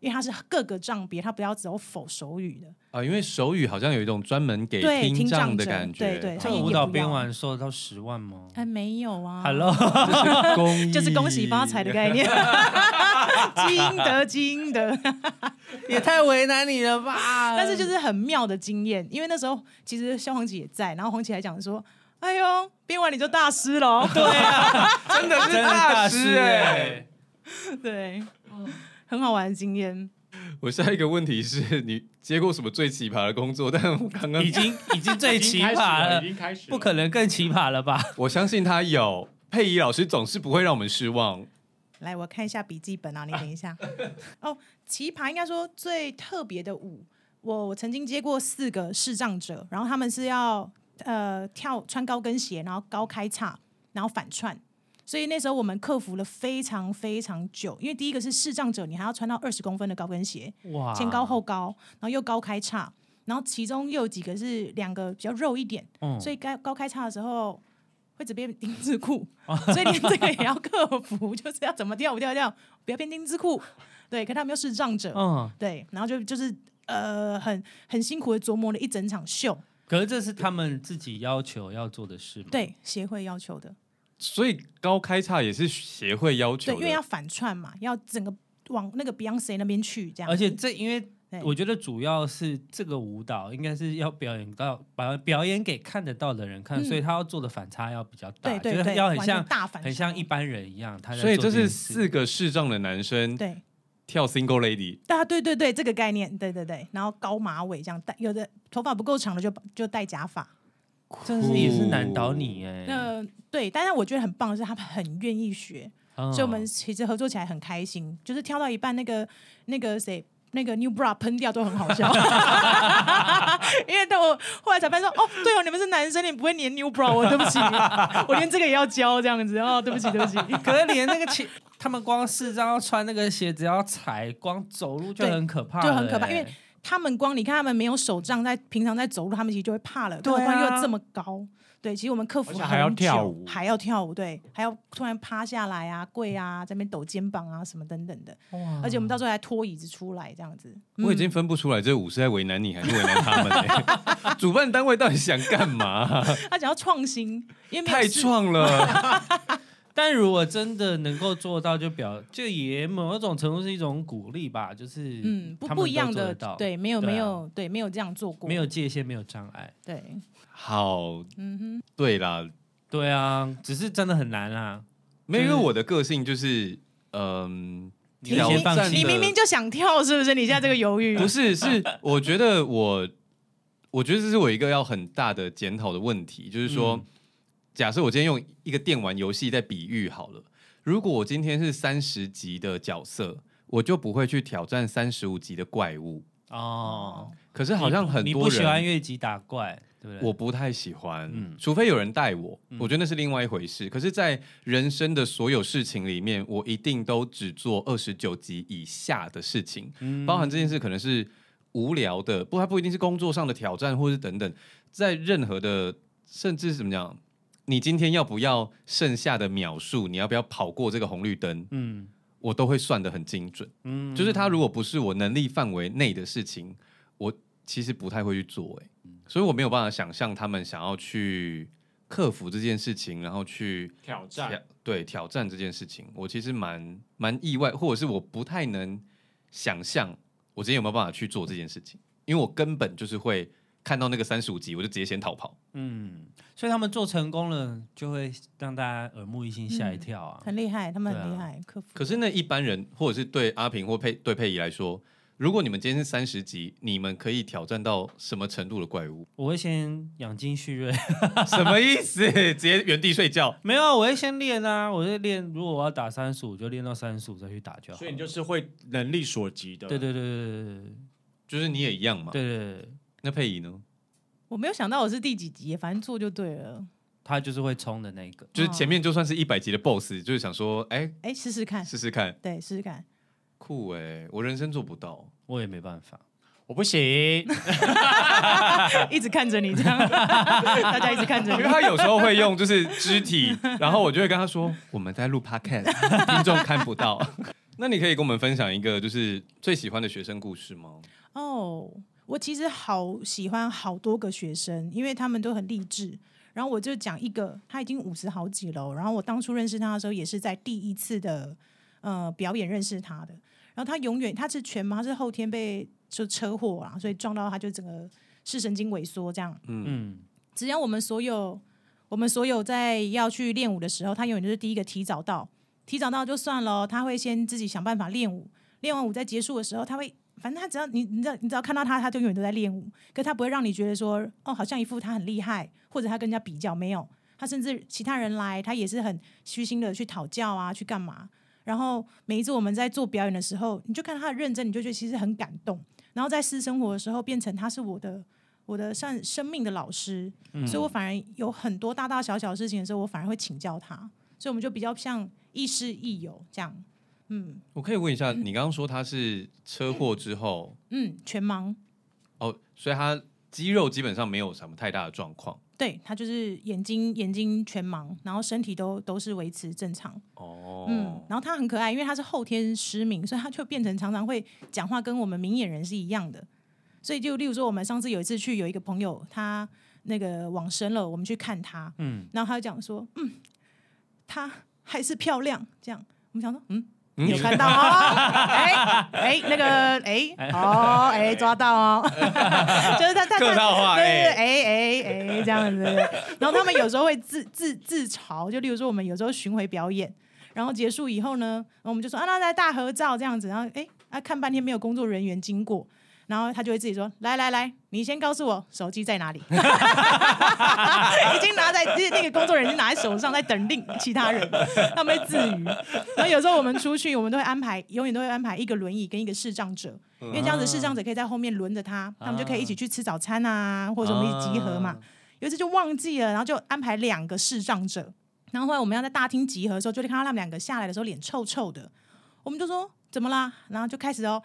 S1: 因为他是各个障别，他不要只有否手语的。
S2: 啊，因为手语好像有一种专门给
S1: 对听
S2: 障
S1: 障
S2: 的
S1: 者
S2: 感觉，
S1: 对对
S3: 这个
S1: 也
S3: 舞
S1: 也
S3: 蹈
S1: 不
S3: 编
S1: 要
S3: 完收得到十万吗
S1: 还没有啊
S3: ？Hello，
S2: 公
S1: 就是恭喜发财的概 念，积阴德，积阴德。
S3: 也太为难你了吧？
S1: 但是就是很妙的经验，因为那时候其实萧煌奇也在，然后红奇还讲说：“哎呦，编完你就大师喽。
S3: 对啊，
S2: 真的是
S3: 真的
S2: 大
S3: 大
S2: 师
S3: 师
S2: 哎
S1: 欸
S3: 哎！”
S1: 对，很好玩的经验。
S2: 我下一个问题是你接过什么最奇葩的工作？但我刚刚
S3: 已经已经最
S4: 已经
S3: 奇
S4: 开始
S3: 葩
S4: 了，
S3: 了
S4: 已，经开始了，
S3: 不可能更奇葩了吧？
S2: 我相信他有佩仪老师总是不会让我们失望。
S1: 来，我看一下笔记本啊，你等一下。哦，棋牌应该说最特别的舞，我我曾经接过四个视障者，然后他们是要呃跳穿高跟鞋，然后高开叉，然后反串。所以那时候我们克服了非常非常久，因为第一个是视障者，你还要穿到二十公分的高跟鞋，
S3: 哇，
S1: 前高后高，然后又高开叉，然后其中又有几个是两个比较肉一点，
S3: 嗯
S1: 所以该高开叉的时候会只变丁字裤，
S3: 哦
S1: 所以连这个也要克服，就是要怎么跳舞跳一跳，不要变丁字裤。对，可他们又是让者，
S3: 嗯，
S1: 对，然后就就是呃很很辛苦的琢磨了一整场秀，
S3: 可是这是他们自己要求要做的事吗？
S1: 对协会要求的，
S2: 所以高开叉也是协会要求
S1: 对，
S2: 的，
S1: 因为要反串嘛，要整个往那个 Beyonce 那边去这样，
S3: 而且这因为
S1: 对
S3: 我觉得主要是这个舞蹈应该是要表演到表表演给看得到的人看，
S1: 嗯
S3: 所以他要做的反差要比较大，
S1: 对对
S3: 就是
S1: 对，
S3: 要很
S1: 完全
S3: 像
S1: 大反
S3: 很像
S1: 差
S3: 一般人一样。他在
S2: 所以
S3: 做
S2: 这
S3: 件
S2: 是
S3: 事
S2: 四个视障的男生
S1: 对。
S2: 跳 single lady，
S1: 对啊，对对对，这个概念，对对对。然后高马尾这样戴，有的头发不够长的就就戴假发。
S3: 真是嗯也是难倒你哎、
S1: 那、对，但是我觉得很棒的是他们很愿意学，
S3: 嗯
S1: 所以我们其实合作起来很开心。就是跳到一半，那个那个谁。那个 new bra 喷掉都很好笑， 因为到我后来才发现说，哦，对哦，你们是男生，你们不会粘 new bra，我对不起， 我连这个也要教这样子，哦，对不起，对不起，
S3: 可是连那个鞋，他们光四张要穿那个鞋子要踩，光走路就
S1: 对
S3: 很可怕、欸
S1: 就很可怕因为。他们光你看他们没有手杖，在平常在走路，他们其实就会怕了。
S3: 对啊
S1: 更何况又这么高，对，其实我们克服
S4: 而且
S1: 很
S4: 还要
S1: 久
S4: 跳舞
S1: 还要跳舞，对，还要突然趴下来啊、跪啊，在那边抖肩膀啊什么等等的。
S3: 哇
S1: 而且我们到最后还拖椅子出来这样子。嗯
S2: 我已经分不出来这舞是在为难你还是为难他们、欸。 主办单位到底想干嘛？
S1: 他想要创新，因为没有
S2: 太
S1: 事
S2: 创 了！
S3: 但如果真的能够做到，就表就也某种程度是一种鼓励吧，就是
S1: 嗯不
S3: 他们
S1: 不一
S3: 都
S1: 样
S3: 做
S1: 的
S3: 得到，
S1: 对，没有
S3: 对啊
S1: 没有对没有这样做过，
S3: 没有界限，没有障碍。
S1: 对，
S2: 好，
S1: 嗯
S2: 对啦，
S3: 对啊，只是真的很难啊。
S2: 没有因为我的个性就是，嗯、
S3: 你
S2: 挑
S3: 先放
S2: 战
S3: 弃
S1: 你明明就想跳，是不是？你现在这个犹豫，
S2: 不是，是我觉得我，我觉得这是我一个要很大的检讨的问题，就是说，
S3: 嗯
S2: 假设我今天用一个电玩游戏在比喻好了，如果我今天是三十级的角色，我就不会去挑战三十五级的怪物。
S3: 哦，
S2: 可是好像很
S3: 你
S2: 多
S3: 不喜欢
S2: 人，
S3: 越级打怪，对不对？
S2: 我不太喜欢，
S3: 嗯
S2: 除非有人带我，我觉得那是另外一回事。可是，在人生的所有事情里面，我一定都只做二十九级以下的事情，
S3: 嗯
S2: 包含这件事可能是无聊的，不，它不一定是工作上的挑战，或是等等，在任何的，甚至是怎么讲，你今天要不要剩下的秒数，你要不要跑过这个红绿灯，
S3: 嗯
S2: 我都会算得很精准。
S3: 嗯，
S2: 就是它如果不是我能力范围内的事情，我其实不太会去做、欸，所以我没有办法想象他们想要去克服这件事情，然后去
S4: 挑
S2: 挑
S4: 战，
S2: 对挑战这件事情，我其实蛮蛮意外，或者是我不太能想象我之前有没有办法去做这件事情，因为我根本就是会看到那个三十五集，我就直接先逃跑。
S3: 嗯，所以他们做成功了，就会让大家耳目一新，吓一跳啊。
S1: 很厉害，他们很
S3: 对啊
S1: 厉害，克服。
S2: 可是那一般人，或者是对阿平或佩对佩仪来说，如果你们今天是三十集，你们可以挑战到什么程度的怪 物？
S3: 我会先养精蓄锐，
S2: 什么意思？直接原地睡觉？
S3: 没有啊，我会先练啊，我就练。如果我要打三十五，就练到三十五再去打就好。
S4: 所以你就是会能力所及的。
S3: 对对对对对对
S2: 就是你也一样嘛。
S3: 对对对，
S2: 那佩仪呢？
S1: 我没有想到我是第几集，反正做就对了。
S3: 他就是会冲的那个。
S2: 就是前面就算是一百集的 BOSS，就是想说，哎、
S1: 哎，试试看，
S2: 试试看，
S1: 对，试试看。
S2: 酷哎、我人生做不到。
S3: 我也没办法，
S4: 我不行，因
S1: 一直看着你这样， 大家一直看着
S2: 因为
S1: 你。
S2: 他有时候会用就是肢体，然后我就会跟他说我们 在录 podcast，听众看不到。那你可以跟我们分享一个就是最喜欢的学生故事吗？
S1: 哦，我其实好喜欢好多个学生，因为他们都很励志。然后我就讲一个，他已经五十好几了哦。然后我当初认识他的时候，也是在第一次的呃表演认识他的。然后他永远他是全麻，他是后天被就车祸啊，所以撞到他就整个视神经萎缩这样。
S3: 嗯，
S1: 只要我们所有我们所有在要去练舞的时候，他永远就是第一个提早到，提早到就算了哦，他会先自己想办法练舞，练完舞在结束的时候，他会。反正他只要你，你知道，你只要看到他，他就永远都在练舞。可他不会让你觉得说，哦，好像一副他很厉害，或者他跟人家比较没有。他甚至其他人来，他也是很虚心的去讨教啊，去干嘛。然后每一次我们在做表演的时候，你就看他的认真，你就觉得其实很感动。然后在私生活的时候，变成他是我的我的算生命的老师，所以我反而有很多大大小小的事情的时候，我反而会请教他，所以我们就比较像亦师亦友这样。嗯
S2: 我可以问一下，你刚刚说他是车祸之后，
S1: 嗯，全盲，
S2: 哦，所以他肌肉基本上没有什么太大的状况。
S1: 对他就是眼睛眼睛全盲，然后身体都都是维持正常。
S2: 哦，
S1: 嗯，然后他很可爱，因为他是后天失明，所以他就变成常常会讲话跟我们明眼人是一样的。所以就例如说，我们上次有一次去有一个朋友，他那个往生了，我们去看他，嗯，然后他就讲说，嗯，他还是漂亮，这样，我们想说，嗯。
S2: 嗯
S1: 你有看 到哦，哎哎，那个哎哦哎抓到哦，就是他他
S2: 客套话
S1: 对
S2: 哎
S1: 对对哎哎哎这样子，然后他们有时候会自自自嘲，就例如说我们有时候巡回表演，然后结束以后呢，然后我们就说啊，那来大合照这样子，然后哎，啊看半天没有工作人员经过，然后他就会自己说，来来来，你先告诉我手机在哪里， 已经拿在那个工作人员已经拿在手上，在等另其他人，他们会自娱。然后有时候我们出去，我们都会安排，永远都会安排一个轮椅跟一个视障者，因为这样子视障者可以在后面轮着他，他们就可以一起去吃早餐啊，或者我们一起集合嘛。有一次就忘记了，然后就安排两个视障者。然后后来我们要在大厅集合的时候，就看到他们两个下来的时候脸臭臭的，我们就说怎么啦？然后就开始哦，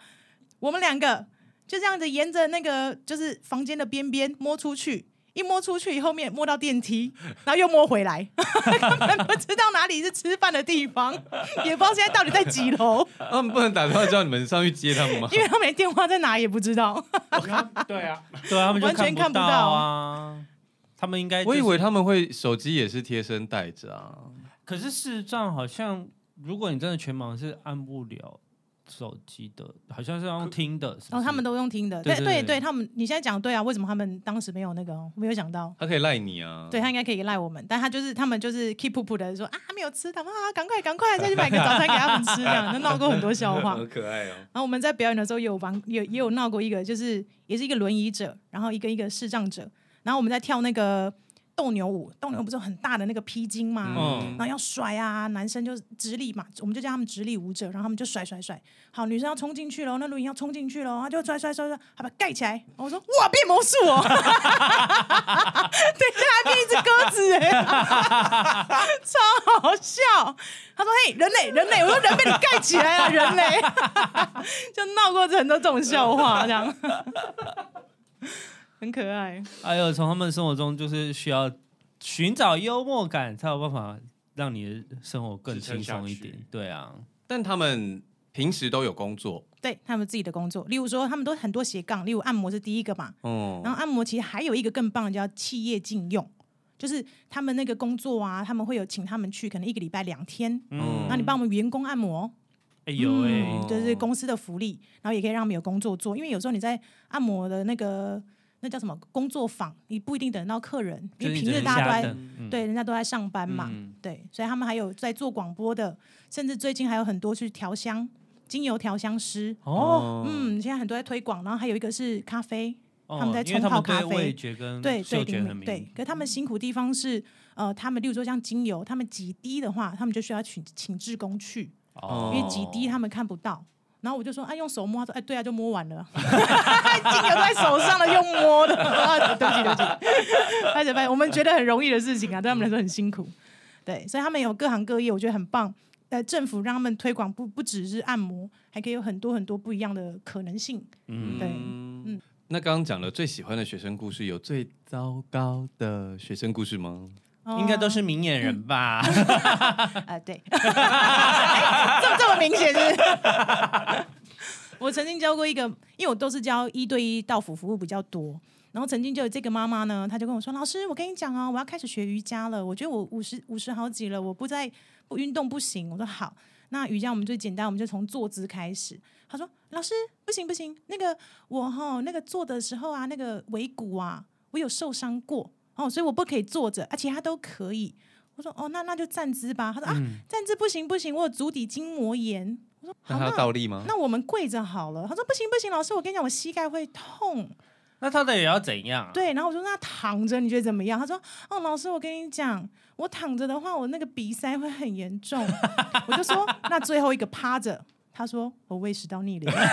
S1: 我们两个就这样子沿着那个就是房间的边边摸出去，一摸出去后面摸到电梯，然后又摸回来， 根本不知道哪里是吃饭的地方，也不知道现在到底在几楼，
S2: 他们不能打电话叫你们上去接他们吗？
S1: 因为他们连电话在哪也不知道。
S4: 为 对 啊，
S3: 对啊，他们就
S1: 完全看不
S3: 不
S1: 到
S3: 啊。他们应该、
S2: 我以为，他们会手机也是贴身带着啊。
S3: 可是事实上好像，如果你真的全盲是按不了手机的，好像是要用听的，是
S1: 然
S3: 不
S1: 后哦
S3: 是
S1: 他们都用听的，
S3: 对
S1: 对
S3: 对
S1: 对
S3: 对
S1: 对，他们你现在讲对啊，为什么他们当时没有那个哦？没有想到。
S2: 他可以赖你啊。
S1: 对他应该可以赖我们，但他就是他们就是 keep up 的说啊没有吃，他们啊赶快赶快再去买个早餐给他们吃，这样就闹过很多笑话。
S2: 可爱哦。
S1: 然后我们在表演的时候也有玩，也也有闹过一个，就是也是一个轮椅者，然后一个一个视障者，然后我们在跳那个斗牛舞，斗牛不是有很大的那个披巾吗？
S2: 嗯
S1: 然后要甩啊，男生就直立嘛，我们就叫他们直立舞者，然后他们就甩甩甩。好，女生要冲进去喽，那轮椅要冲进去喽，他就甩甩甩甩，好把它盖起来。我说哇，变魔术哦， 等一下还变一只鸽子哎、 超好笑。他说嘿，人类人类，我说人被你盖起来了，人类，就闹过很多这种笑话，这样 很可爱。
S3: 还有从他们生活中就是需要寻找幽默感，才有办法让你的生活更
S4: 支撑
S3: 轻松一
S4: 下去
S3: 点。对啊，
S2: 但他们平时都有工作，
S1: 对他们自己的工作，例如说他们都很多斜杠，例如按摩是第一个嘛，
S2: 哦、
S1: 然后按摩其实还有一个更棒的叫企业禁用，就是他们那个工作啊，他们会有请他们去，可能一个礼拜两天，
S2: 嗯
S1: 然后你帮我们员工按摩，
S3: 哎有哎，
S1: 嗯，就是公司的福利，然后也可以让他们有工作做，因为有时候你在按摩的那个那叫什么工作坊，你不一定等得到客人，因为平日大家
S3: 瞎
S1: 都在
S3: 等，嗯，
S1: 对人家都在上班嘛，
S4: 嗯
S1: 对，所以他们还有在做广播的，甚至最近还有很多去调香，精油调香师，
S3: 哦，
S1: 嗯，现在很多在推广，然后还有一个是咖啡，
S3: 哦
S1: 他们在
S3: 因为
S1: 冲
S3: 他
S1: 泡
S3: 们
S1: 咖
S3: 对
S1: 啡
S3: 味觉跟
S1: 对对
S3: 嗯嗅觉
S1: 灵
S3: 很
S1: 敏
S3: 敏嗯
S1: 对，可是他们辛苦地方是，呃，他们例如说像精油，他们几滴的话，他们就需要请请志工去，
S3: 哦，
S1: 因为几滴他们看不到。然后我就说，啊，用手摸。他说，哎，对啊，就摸完了， 精油在手上了，用摸的。 啊，对不起，对不起，拍着拍，我们觉得很容易的事情啊，对他们来说很辛苦。对，所以他们有各行各业，我觉得很棒。呃，政府让他们推广不不只是按摩，还可以有很多很多不一样的可能性。
S3: 嗯
S1: 对
S2: 嗯。那刚刚讲了最喜欢的学生故事，有最糟糕的学生故事吗？
S1: 哦
S3: 应该都是明眼
S1: 嗯
S3: 人吧？
S1: 啊，对， 哎这这么明显是不是。我曾经教过一个，因为我都是教一对一到府服务比较多，然后曾经就有这个妈妈呢，她就跟我说：“老师，我跟你讲哦，我要开始学瑜伽了，我觉得我五十五十好几了，我不再不运动不行。”我说：“好，那瑜伽我们最简单，我们就从坐姿开始。”她说：“老师，不行不行，那个我哈、那个坐的时候啊，那个尾骨啊，我有受伤过哦，所以我不可以坐着，而且他都可以。”我说哦，那那就站姿吧。他说啊，站姿不行不行，我有足底筋膜炎。我说
S2: 那
S1: 好，
S2: 他
S1: 那
S2: 有倒立吗？
S1: 那我们跪着好了。他说不行不行，老师，我跟你讲，我膝盖会痛。
S3: 那他的也要怎样？，啊
S1: 对，然后我说那躺着你觉得怎么样？他说哦，老师，我跟你讲，我躺着的话，我那个鼻塞会很严重。我就说那最后一个趴着，他说我胃食道逆流。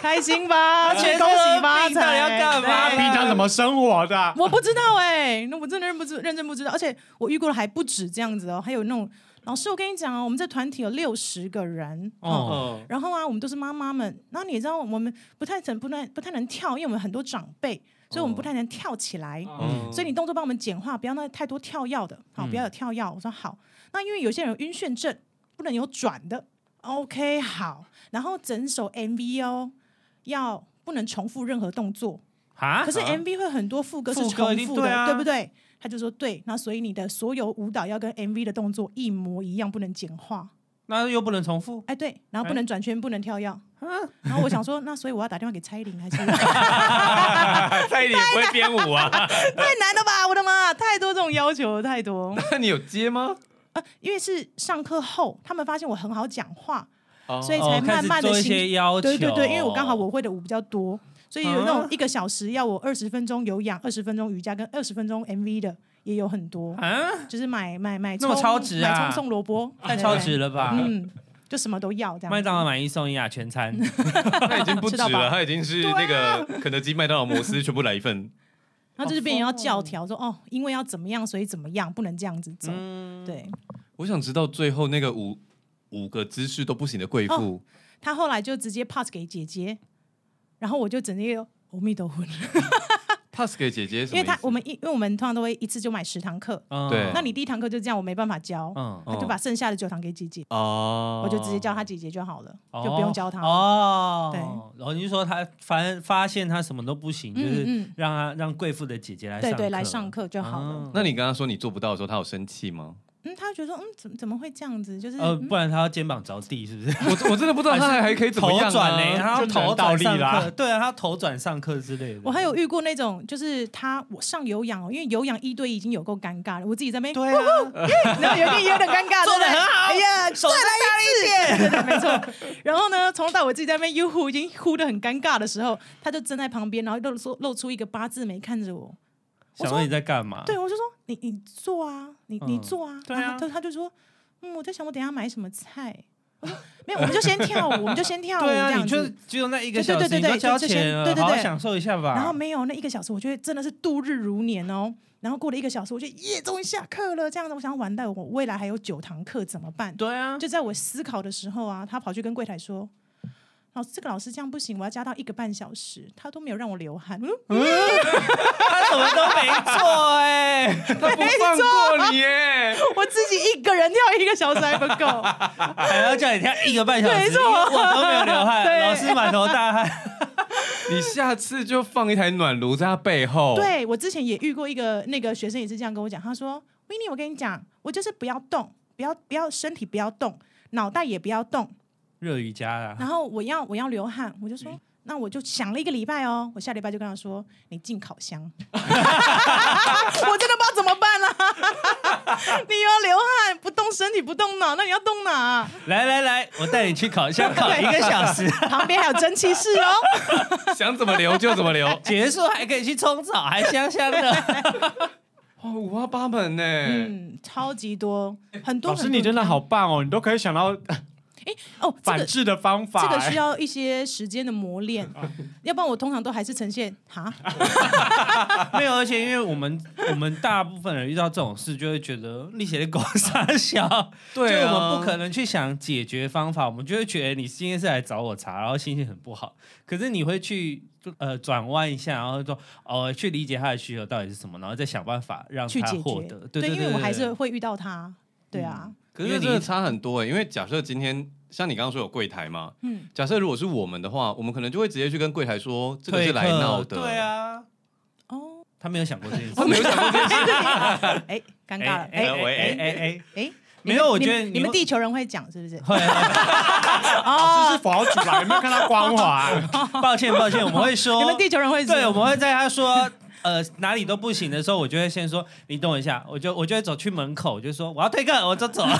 S1: 开心
S3: 哎
S1: 吧，去恭喜发
S3: 全身病到底
S1: 财！
S3: 要干嘛
S1: 对
S4: 平常怎么生活的 啊？
S1: 我不知道哎、那我真的认不知认真不知道，而且我遇过的还不止这样子哦，还有那种老师，我跟你讲哦，我们这团体有六十个人哦。
S3: 哦，
S1: 然后啊，我们都是妈妈们，然后你也知道我们不太能不太不太能跳，因为我们很多长辈，所以我们不太能跳起来。
S2: 嗯
S1: 所以你动作帮我们简化，不要那太多跳药的，好，不要有跳药。我说好，那因为有些人有晕眩症，不能有转的，OK 好。然后整首 MV 哦，要不能重复任何动作，
S3: 啊，
S1: 可是 MV 会很多副歌是
S3: 副歌
S1: 重
S3: 一定
S1: 复的，
S3: 对啊
S1: 不对？他就说对，那所以你的所有舞蹈要跟 MV 的动作一模一样，不能简化。
S3: 那又不能重复，
S1: 哎，对，然后不能转圈，不能跳
S3: 啊
S1: 跃。然后我想说，那 所以我要打电话给蔡依林还是？ 太
S3: 蔡依林也不会编 舞啊，
S1: 难了吧！我的妈，太多这种要求了，太多。
S2: 那你有接吗？
S1: 呃，因为是上课后，他们发现我很好讲话，
S2: 哦
S1: 所以才慢慢的
S3: 哦开始做一
S1: 形
S3: 啊些要求。哦
S1: 对对对，因为我刚好我会的舞比较多，所以有那种一个小时要我二十分钟有氧、二十分钟瑜伽跟二十分钟 MV 的也有很多。
S3: 啊，
S1: 就是买买买
S3: 那
S1: 葱，
S3: 么超值啊
S1: 买葱送萝卜，
S3: 太超值
S1: 了
S3: 了吧？
S1: 嗯，就什么都要这样。
S3: 麦当劳买一送一啊，全餐。
S2: 他已经 不
S1: 吃
S2: 止
S1: 到
S2: 了，
S1: 饱啊
S2: 他已经是那个肯德基、麦当劳、摩斯全部来一份。
S1: 然后就是别人要教条说哦，因为要怎么样，所以怎么样，不能这样子走。
S3: 嗯
S1: 对
S2: 我想知道最后那个五五个姿势都不行的贵
S1: 哦
S2: 妇，
S1: 他后来就直接 pass 给姐姐，然后我就整个又阿弥陀佛，
S2: pass 给姐姐
S1: 因
S2: 什么意思，
S1: 为他我们一因为我们通常都会一次就买十堂课，
S3: 嗯
S2: 对
S1: 那你第一堂课就这样，我没办法教，
S3: 嗯，
S1: 我就把剩下的九堂给姐姐，
S2: 哦，
S1: 我就直接教他姐姐就好了，
S3: 哦
S1: 就不用教他。
S3: 哦。
S1: 对
S3: 然后你就说他反正发现他什么都不行，就
S1: 嗯
S3: 是
S1: 嗯，
S3: 让他让贵妇的姐姐来
S1: 对
S3: 上
S1: 对，
S3: 课
S1: 来上课就好了。
S3: 嗯
S2: 那你跟他说你做不到的时候，他有生气吗？
S1: 嗯，他觉得说嗯，怎么怎么会这样子？就是
S3: 呃，
S1: 嗯
S3: 不然他要肩膀着地是不是？
S2: 我我真的不知道他还还可以怎么
S3: 头
S2: 样
S3: 转欸
S2: 啊。
S3: 呢、他要
S4: 就
S3: 头
S4: 能倒
S3: 转
S4: 立
S3: 上
S4: 啦
S3: 课，对啊，他头转上课之类的。
S1: 我还有遇过那种，就是他我上有氧哦，因为有氧一对一已经有够尴尬了，我自己在那边，
S3: 对啊，
S1: 然后有点有点尴尬，
S3: 做得
S1: 对不对
S3: 很好
S1: 哎呀，
S3: 手
S1: 再来一次，对对，没错。然后呢，从头到尾自己在那边悠呼，已经呼的很尴尬的时候，他就站在旁边，然后露出露出一个八字眉看着我，
S3: 哦
S1: 我
S3: 想
S1: 说
S3: 问你在干嘛？
S1: 对我就说你你坐啊，你你
S3: 嗯
S1: 坐啊，
S3: 对啊
S1: 然后他他就说，嗯，我在想我等一下买什么菜，我说没有，我们 就先跳舞，我们就先跳舞
S3: 对
S1: 这
S3: 啊，
S1: 样
S3: 你就
S1: 子。
S3: 就那一个
S1: 对
S3: 小
S1: 对
S3: 时，
S1: 对
S3: 你都
S1: 对
S3: 交
S1: 就先
S3: 钱了，
S1: 对对
S3: 好好
S1: 对
S3: 享受一下吧。
S1: 然后没有那一个小时，我觉得真的是度日如年哦。然后过了一个小时，我觉得耶，终于下课了。这样子，我想完蛋，我未来还有九堂课怎么办？
S3: 对 啊，
S1: 就在我思考的时候啊，他跑去跟柜台说：“老师，这个老师这样不行，我要加到一个半小时。”他都没有让我流 汗，我说
S3: 他什么都没做哎、
S2: 他不放过你耶！
S1: 我自己一个人跳一个小时还不够。
S3: 哎还要叫你跳一个半小时，
S1: 没错
S3: 因为我都没有流汗，
S1: 对
S3: 老师满头大汗。
S2: 你下次就放一台暖炉在他背后。，
S1: 对我之前也遇过一个那个学生也是这样跟我讲，他说 w i n n i 我跟你讲，我就是不要动，不要不要身体不要动，脑袋也不要动，
S3: 热瑜伽啊，
S1: 然后我要我要流汗，我就说。那我就想了一个礼拜哦，我下礼拜就跟他说，你进烤箱， 我真的不知道怎么办了、啊 你又要流汗，不动身体，不动脑，啊那你要动哪、
S3: 来来来，我带你去烤 箱烤一个小时，
S1: 旁边还有蒸汽室哦。
S2: 想怎么留就怎 么留。
S3: 结束还可以去冲澡，还香香的。
S2: 哇，哦五花八门欸呢、
S1: 嗯，超级多，很多。
S4: 老师
S1: 很多
S4: 你真的好棒哦，你都可以想到
S1: 哦，这
S4: 反
S1: 个
S4: 制的方法、哎
S1: 这个需
S4: 要
S1: 要一些时间的磨练，要不然我通常都还是呈现哈，
S3: 没有，而且因为我们我们大部分人遇到这种事，就会觉得你写的狗傻笑，
S2: 对
S3: 就
S2: 啊，
S3: 我们不可能去想解决方法，我们就会觉得你今天是来找我茬，然后心情很不好。可是你会去呃转弯一下，然后说哦去理解他的需求到底是什么，然后再想办法让
S1: 去
S3: 他
S1: 解
S3: 获
S1: 决
S3: 得。。对
S1: 对，因
S3: 对，
S1: 为我还是
S3: 对
S1: 会遇到他，对啊，
S2: 可是
S3: 因为
S2: 这真的
S3: 你
S2: 差很多哎、因为假设今天像你刚刚说有柜台嘛，
S1: 嗯
S2: 假设如果是我们的话，我们可能就会直接去跟柜台说这个
S3: 退
S2: 是来
S3: 课
S2: 闹的，
S3: 对，啊，
S1: 哦，
S3: 他没有想过这件事
S2: 他。没有想过这件事，
S1: 哎，尴尬
S3: 哎
S1: 了，哎
S2: 哎
S3: 哎哎哎，
S1: 哎，
S3: 没有，我
S1: 你
S3: 觉得
S1: 们你们地球人会讲是不是？
S3: 会啊
S4: 这是
S1: 哦，
S4: 佛祖啦，有没有看到光华？
S3: 抱歉抱歉，我们会说
S1: 你们地球人会
S3: 对，我们会在他说 呃哪里都不行的时候，我就会先说你等我一下，我就我就会走去门口，我就说我要退课，我就走了。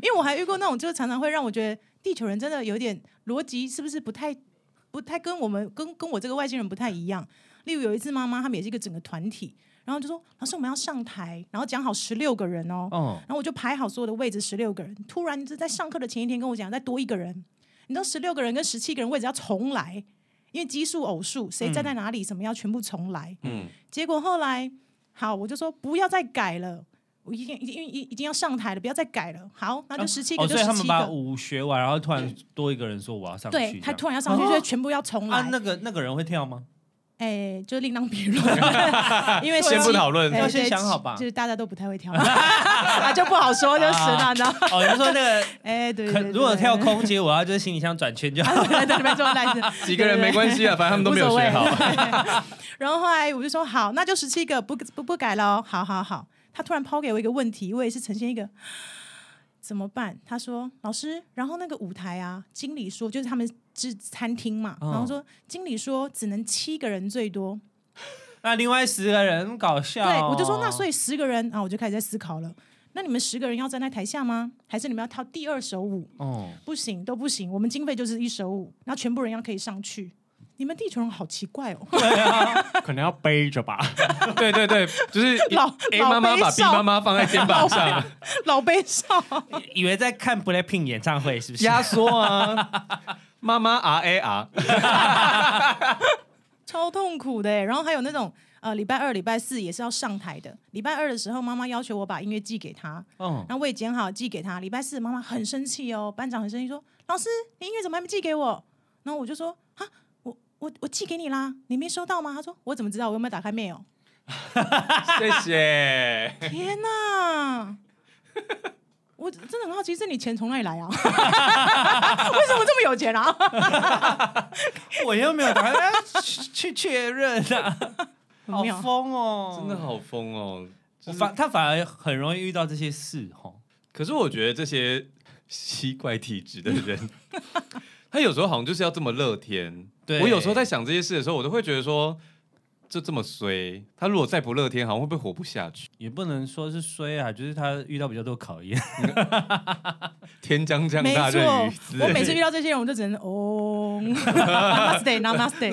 S1: 因为我还遇过那种，就是常常会让我觉得地球人真的有点逻辑是不是不太不太跟我们跟跟我这个外星人不太一样。例如有一次妈妈他们也是一个整个团体，然后就说老师我们要上台，然后讲好十六个人哦，
S3: 哦，
S1: 然后我就排好所有的位置，十六个人。突然就在上课的前一天跟我讲再多一个人，你知道十六个人跟十七个人位置要重来，因为奇数偶数谁站在哪里什么要全部重来。
S2: 嗯，
S1: 结果后来，好，我就说不要再改了，我已经已经已已经要上台了，不要再改了。好，那就十七个
S3: 哦，
S1: 就
S3: 所以他
S1: 十
S3: 们
S1: 七
S3: 把
S1: 个。
S3: 五学完，然后突然多一个人说我要上去，
S1: 对他
S3: 这样
S1: 突然要上去，
S3: 哦
S1: 就全部要重来
S3: 啊，，那个那个人会跳吗？
S1: 哎、就另当别 论，因为
S2: 先
S1: 奇
S2: 不讨论
S1: 哎
S3: 要先
S1: 对
S3: 想好吧
S1: 就是大家都不太会跳舞， 啊，就不好说，就是那，你知道，
S3: 哦，你是说那个
S1: 哎、对对
S3: 可
S1: 对
S3: 如果
S1: 对
S3: 跳空街，我要就是行李箱转圈 就好。
S1: 对对，没错，来自
S2: 几个人没关系啊，反正他们都没有学好。
S1: 然后后来我就说好，那就十七个，不不不改了哦，好好好。他突然抛给我一个问题，我也是呈现一个怎么办？他说老师，然后那个舞台啊，经理说就是他们是餐厅嘛，
S3: 嗯
S1: 然后说经理说只能七个人最多。
S3: 那另外十个人搞笑、
S1: 对，我就说那所
S3: 以
S1: 以十个人啊，我就开始在思考了。那你们十个人要站在台下吗？还是你们要跳第二首舞？
S3: 哦，
S1: 不行，都不行，我们经费就是一首舞，然后全部人要可以上去。你们地球人好奇怪哦。
S4: 可能要背着吧，
S2: 对对对， 就是
S1: 老
S2: A
S1: 老
S2: 妈妈
S1: 悲
S2: 把 B
S1: 伤
S2: 妈妈放在肩膀上，
S1: 老悲少，
S3: 以为在看 BLACKPINK 演唱会是不是？
S2: 压缩啊， 妈妈 R A 啊 R，
S1: 超痛苦的欸。然后还有那种呃，礼拜二、礼拜四也是要上台的。礼拜二的时候，妈妈要求我把音乐寄给她，
S3: 哦，
S1: 然后我也剪好寄给她。礼拜四，妈妈很生气哦，班长很生气说：“老师，你音乐怎么还没寄给我？”然后我就说：“啊，我我我寄给你啦，你没收到吗？”他说：“我怎么知道？我有没有打开 mail？”
S2: 谢谢。
S1: 天哪！ 我真的很好奇，是你钱从哪里来啊？ 为什么这么有钱啊？
S3: 我又没有打算去确认啊，好
S1: 很妙
S3: 疯哦，
S2: 真的。好疯哦！
S3: 我反他反而很容易遇到这些事哦。
S2: 可是我觉得这些吸怪体质的人， 他有时候好像就是要这么乐天。
S3: 对
S2: 我有时候在想这些事的时候，我都会觉得说，就这么衰，他如果再不乐天，好像会不会活不下去？
S3: 也不能说是衰啊，就是他遇到比较多考验。
S2: 天将降
S1: 没
S2: 大任于斯
S1: 错，我
S2: 人
S1: 每次遇到这些人，我就只能 哦，namaste namaste，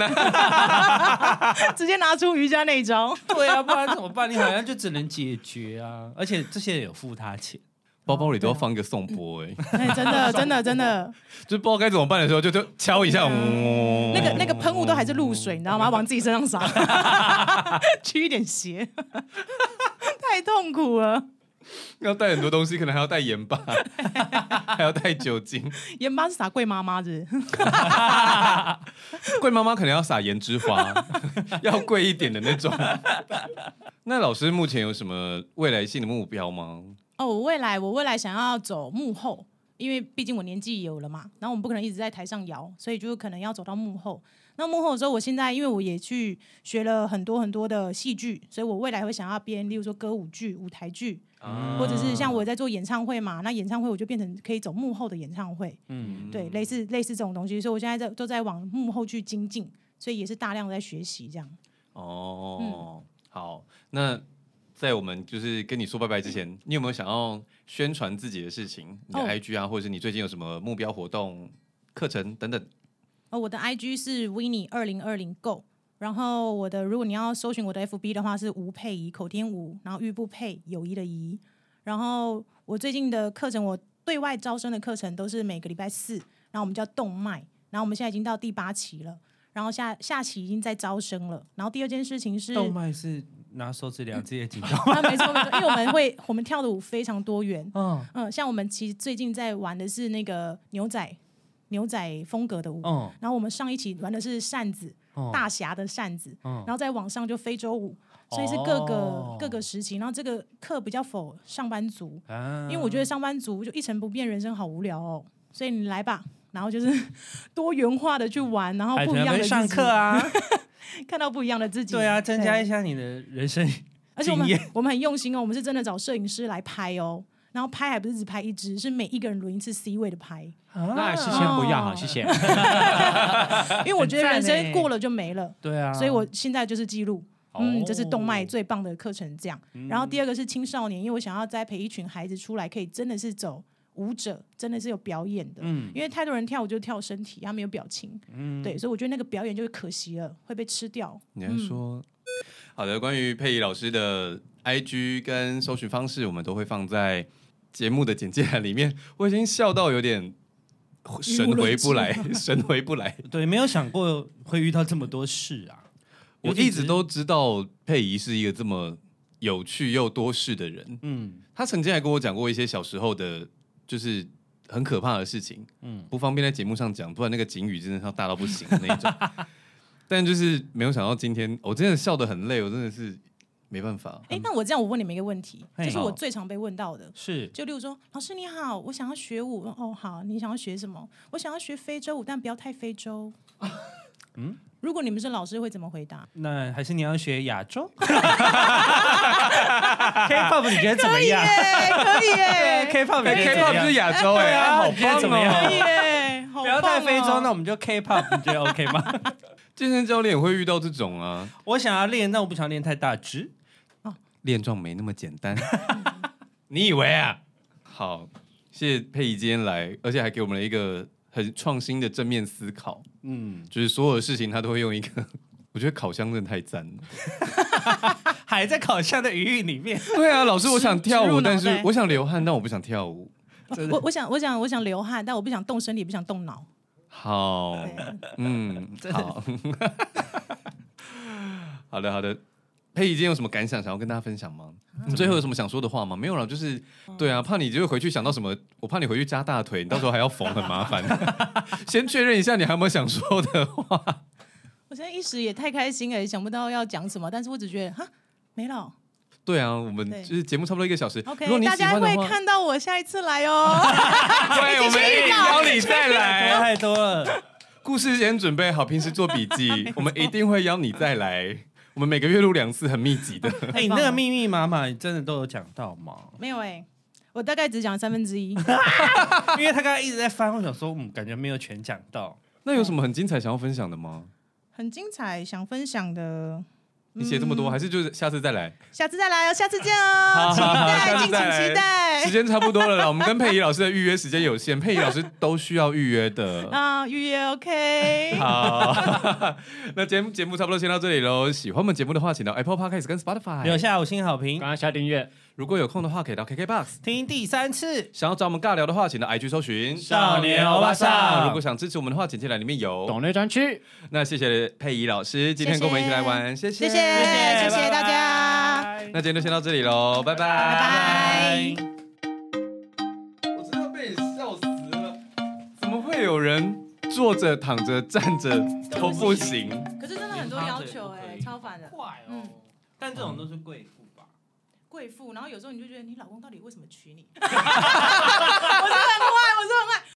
S1: 直接拿出瑜伽那一招。
S3: 对啊，不然怎么办？你好像就只能解决啊，而且这些人有付他钱。
S2: 包包里都要放一个颂钵、哎，
S1: 哎，真 的真的真的，
S2: 就不知道该怎么办的时候，就就敲一下，嗯
S1: 啊那个那个喷雾都还是露水，你知道
S3: 哦
S1: 吗？往自己身上 洒，驱一点邪， 太痛苦了。
S2: 要带很多东西，可能还要带盐巴， 还要带酒精。
S1: 盐巴是撒贵妈妈的，
S2: 贵妈妈可能要撒盐之花， 要贵一点的那种。 那老师目前有什么未来性的目标吗？
S1: 哦，我未来我未来想要走幕后，因为毕竟我年纪有了嘛，然后我们不可能一直在台上摇，所以就可能要走到幕后。那幕后的时候，我现在因为我也去学了很多很多的戏剧，所以我未来会想要编，例如说歌舞剧、舞台剧，
S2: 啊
S1: 嗯或者是像我在做演唱会嘛，那演唱会我就变成可以走幕后的演唱会，
S4: 嗯，
S1: 对，类似类似这种东西，所以我现在在都在往幕后去精进，所以也是大量在学习这样。嗯
S2: 哦，好，那在我们就是跟你说拜拜之前，你有没有想要宣传自己的事情？你的
S1: 嗯哦
S2: IG 啊，或者是你最近有什么目标活动、课程等等？
S1: 哦，我的 IG 是 Winnie 二零二零 Go，然后我的如果你要搜寻我的 FB 的话是吴佩仪口天吴，然后玉不配友谊的谊。然后我最近的课程，我对外招生的课程都是每个礼拜四，然后我们叫动脉，然后我们现在已经到第八期了，然后下下期已经在招生了。然后第二件事情是，
S3: 动脉是拿手指量自己的 紧张。
S1: 啊，没错没错，因为我们会我们跳的舞非常多元，
S3: 嗯
S1: 嗯，像我们其实最近在玩的是那个牛仔牛仔风格的舞，
S3: 嗯
S1: 然后我们上一期玩的是扇子，
S3: 嗯
S1: 大侠的扇子，
S3: 嗯
S1: 然后在网上就非洲舞，所以是各个、
S3: 哦
S1: 各个时期。然后这个课比较否上班族，
S3: 啊
S1: 因为我觉得上班族就一成不变，人生好无聊哦。所以你来吧，然后就是 多元化的去玩，然后
S3: 海
S1: 不一
S3: 豚
S1: 样
S3: 们
S1: 的
S3: 上
S1: 自己
S3: 课，啊，
S1: 看到不一样的自己。
S3: 对啊，增加
S1: 对
S3: 一下你的人生
S1: 而且我们
S3: 经
S1: 我们很用心哦，我们是真的找摄影师来拍哦。然后拍还不是只拍一支，是每一个人轮一次 C 位的拍，
S4: 那是
S1: 谢
S4: 先不要好，
S1: 哦
S4: 谢谢。
S1: 因为我觉得
S3: 很
S1: 人
S3: 赞
S1: 生
S3: 欸
S1: 过了就没了，
S3: 对啊，
S1: 所以我现在就是记录，嗯，
S3: 哦
S1: 这是动脉最棒的课程，这样。然后第二个是青少年，因为我想要栽培一群孩子出来，可以真的是走舞者，真的是有表演的。
S4: 嗯
S1: 因为太多人跳舞就跳身体，他没有表情，
S3: 嗯
S1: 对，所以我觉得那个表演就会可惜了，会被吃掉。
S2: 你还说、好的？关于佩仪老师的 IG 跟搜寻方式，我们都会放在节目的简介栏里面。我已经笑到有点神回不来，神回不来。
S3: 对没有想过会遇到这么多事啊。
S2: 我一直都知道佩仪是一个这么有趣又多事的人，
S4: 嗯，
S2: 他曾经还跟我讲过一些小时候的，就是很可怕的事情，嗯，不方便在节目上讲，不然那个警语真的是要大到不行的那一种。但就是没有想到今天，我真的笑得很累，我真的是没办法。
S1: 哎，那我这样我问你们一个问题，
S3: 嘿
S1: 这是我
S3: 好
S1: 最常被问到的。
S3: 是
S1: 就例如说，老师你好，我想要学舞。哦，好，你想要学什么？我想要学非洲舞，但不要太非 洲。嗯，如果你们是老师，会怎么回 答？
S3: 那还是你要学亚洲 ？K-pop 你觉得怎么样
S1: 哎可以 耶，
S3: 哎？K-pop 你觉得怎么
S4: K-pop 就是
S3: 样？
S4: 亚洲哎，
S3: 啊
S4: 好
S3: 你觉得
S4: 棒
S3: 怎么样
S4: 哦
S1: 可以耶，好
S3: 不要太
S1: 棒
S3: 非洲，
S1: 哦
S3: 那我们就 K-pop，你觉得 OK 吗？
S2: 健身教练也会遇到这种啊，
S3: 我想要练，但我不想练太大只。
S2: 练壮没那么简单。 你以为啊？好，谢谢佩仪今天来，而且还给我们了一个很创新的正面思考，
S4: 嗯，
S2: 就是所有的事情他都会用一个， 我觉得烤箱真的太赞了。
S3: 还在烤箱的余韵里面，
S2: 对啊，老师，我想跳
S1: 植入
S2: 舞，
S1: 脑袋
S2: 但是我想流汗，但我不想跳舞。
S1: 我我想我想我想流汗，但我不想动身体，不想动脑。
S2: 好，
S1: 对，
S2: 嗯，好， 好的，好的。佩仪今天有什么感想想要跟大家分享吗？
S1: 嗯
S2: 你最后有什么想说的话吗？没有了，就是对啊，怕你就会回去想到什么，我怕你回去加 大腿，你到时候还要缝，很麻烦。 先确认一下你还有没有想说的话。
S1: 我现在一时也太开心了，也想不到要讲什么，但是我只觉得哈没了。
S2: 对啊，我们
S1: 对
S2: 就是节目差不多一个小时。如果
S1: OK，
S2: 你
S1: 大
S2: 喜
S1: 家
S2: 欢的
S1: 会
S2: 话，
S1: 看到我下一次来哦。？
S2: 对，我们一定邀你再
S3: 哎，
S2: 来。
S3: 太多了。
S2: 故事先准备好，平时做笔记，我们一定会邀你再来。我们每个月录两次，很密集的。
S3: 哎，你那个密密麻麻，你真的都有讲到吗
S1: 啊没有哎、我大概只讲三分之一。
S3: 因为他刚刚一直在翻，我想说，嗯，感觉没有全讲到。
S2: 那有什么很精彩想要分享的吗？
S1: 很精彩，想分享的，
S2: 你写这么多，还是就是下次再来？
S1: 下次再来哦，下次见哦，
S2: 好
S1: 期
S2: 好好
S1: 待，
S2: 下
S1: 敬
S2: 次
S1: 请
S2: 再来
S1: 期待
S2: 时间差不多了啦，我们跟佩仪老师的预约时间有限，佩仪老师都需要预约 的。
S1: 啊，预约 OK，
S2: 好，那节目节目差不多先到这里喽。喜欢我们节目的话，请到 Apple Podcast 跟
S3: 留
S2: Spotify。
S3: 下五星好评
S4: 刚，刚下订阅，
S2: 如果有空的话，可以到 KKBox。
S3: 听第三次。
S2: 想要找我们尬聊的话，请到 IG 搜寻
S3: 少年欧巴桑
S2: 如果想支持我们的话，简介栏里面有。
S4: 懂内专区。
S2: 那谢谢佩仪老师，今天跟我们一起来玩，谢
S1: 谢
S2: 谢
S1: 谢，谢谢大家。
S4: 拜
S2: 那今天就先到这里喽，拜拜，
S1: 拜
S2: 我真的要被你笑死了，怎么会有人坐着、躺着、站着都不行？
S1: 可是真的很多要求哎、超烦的。
S3: 快哦
S1: 嗯，
S3: 但这种都是贵妇吧？
S1: 贵妇，然后有时候你就觉得你老公到底为什么娶你？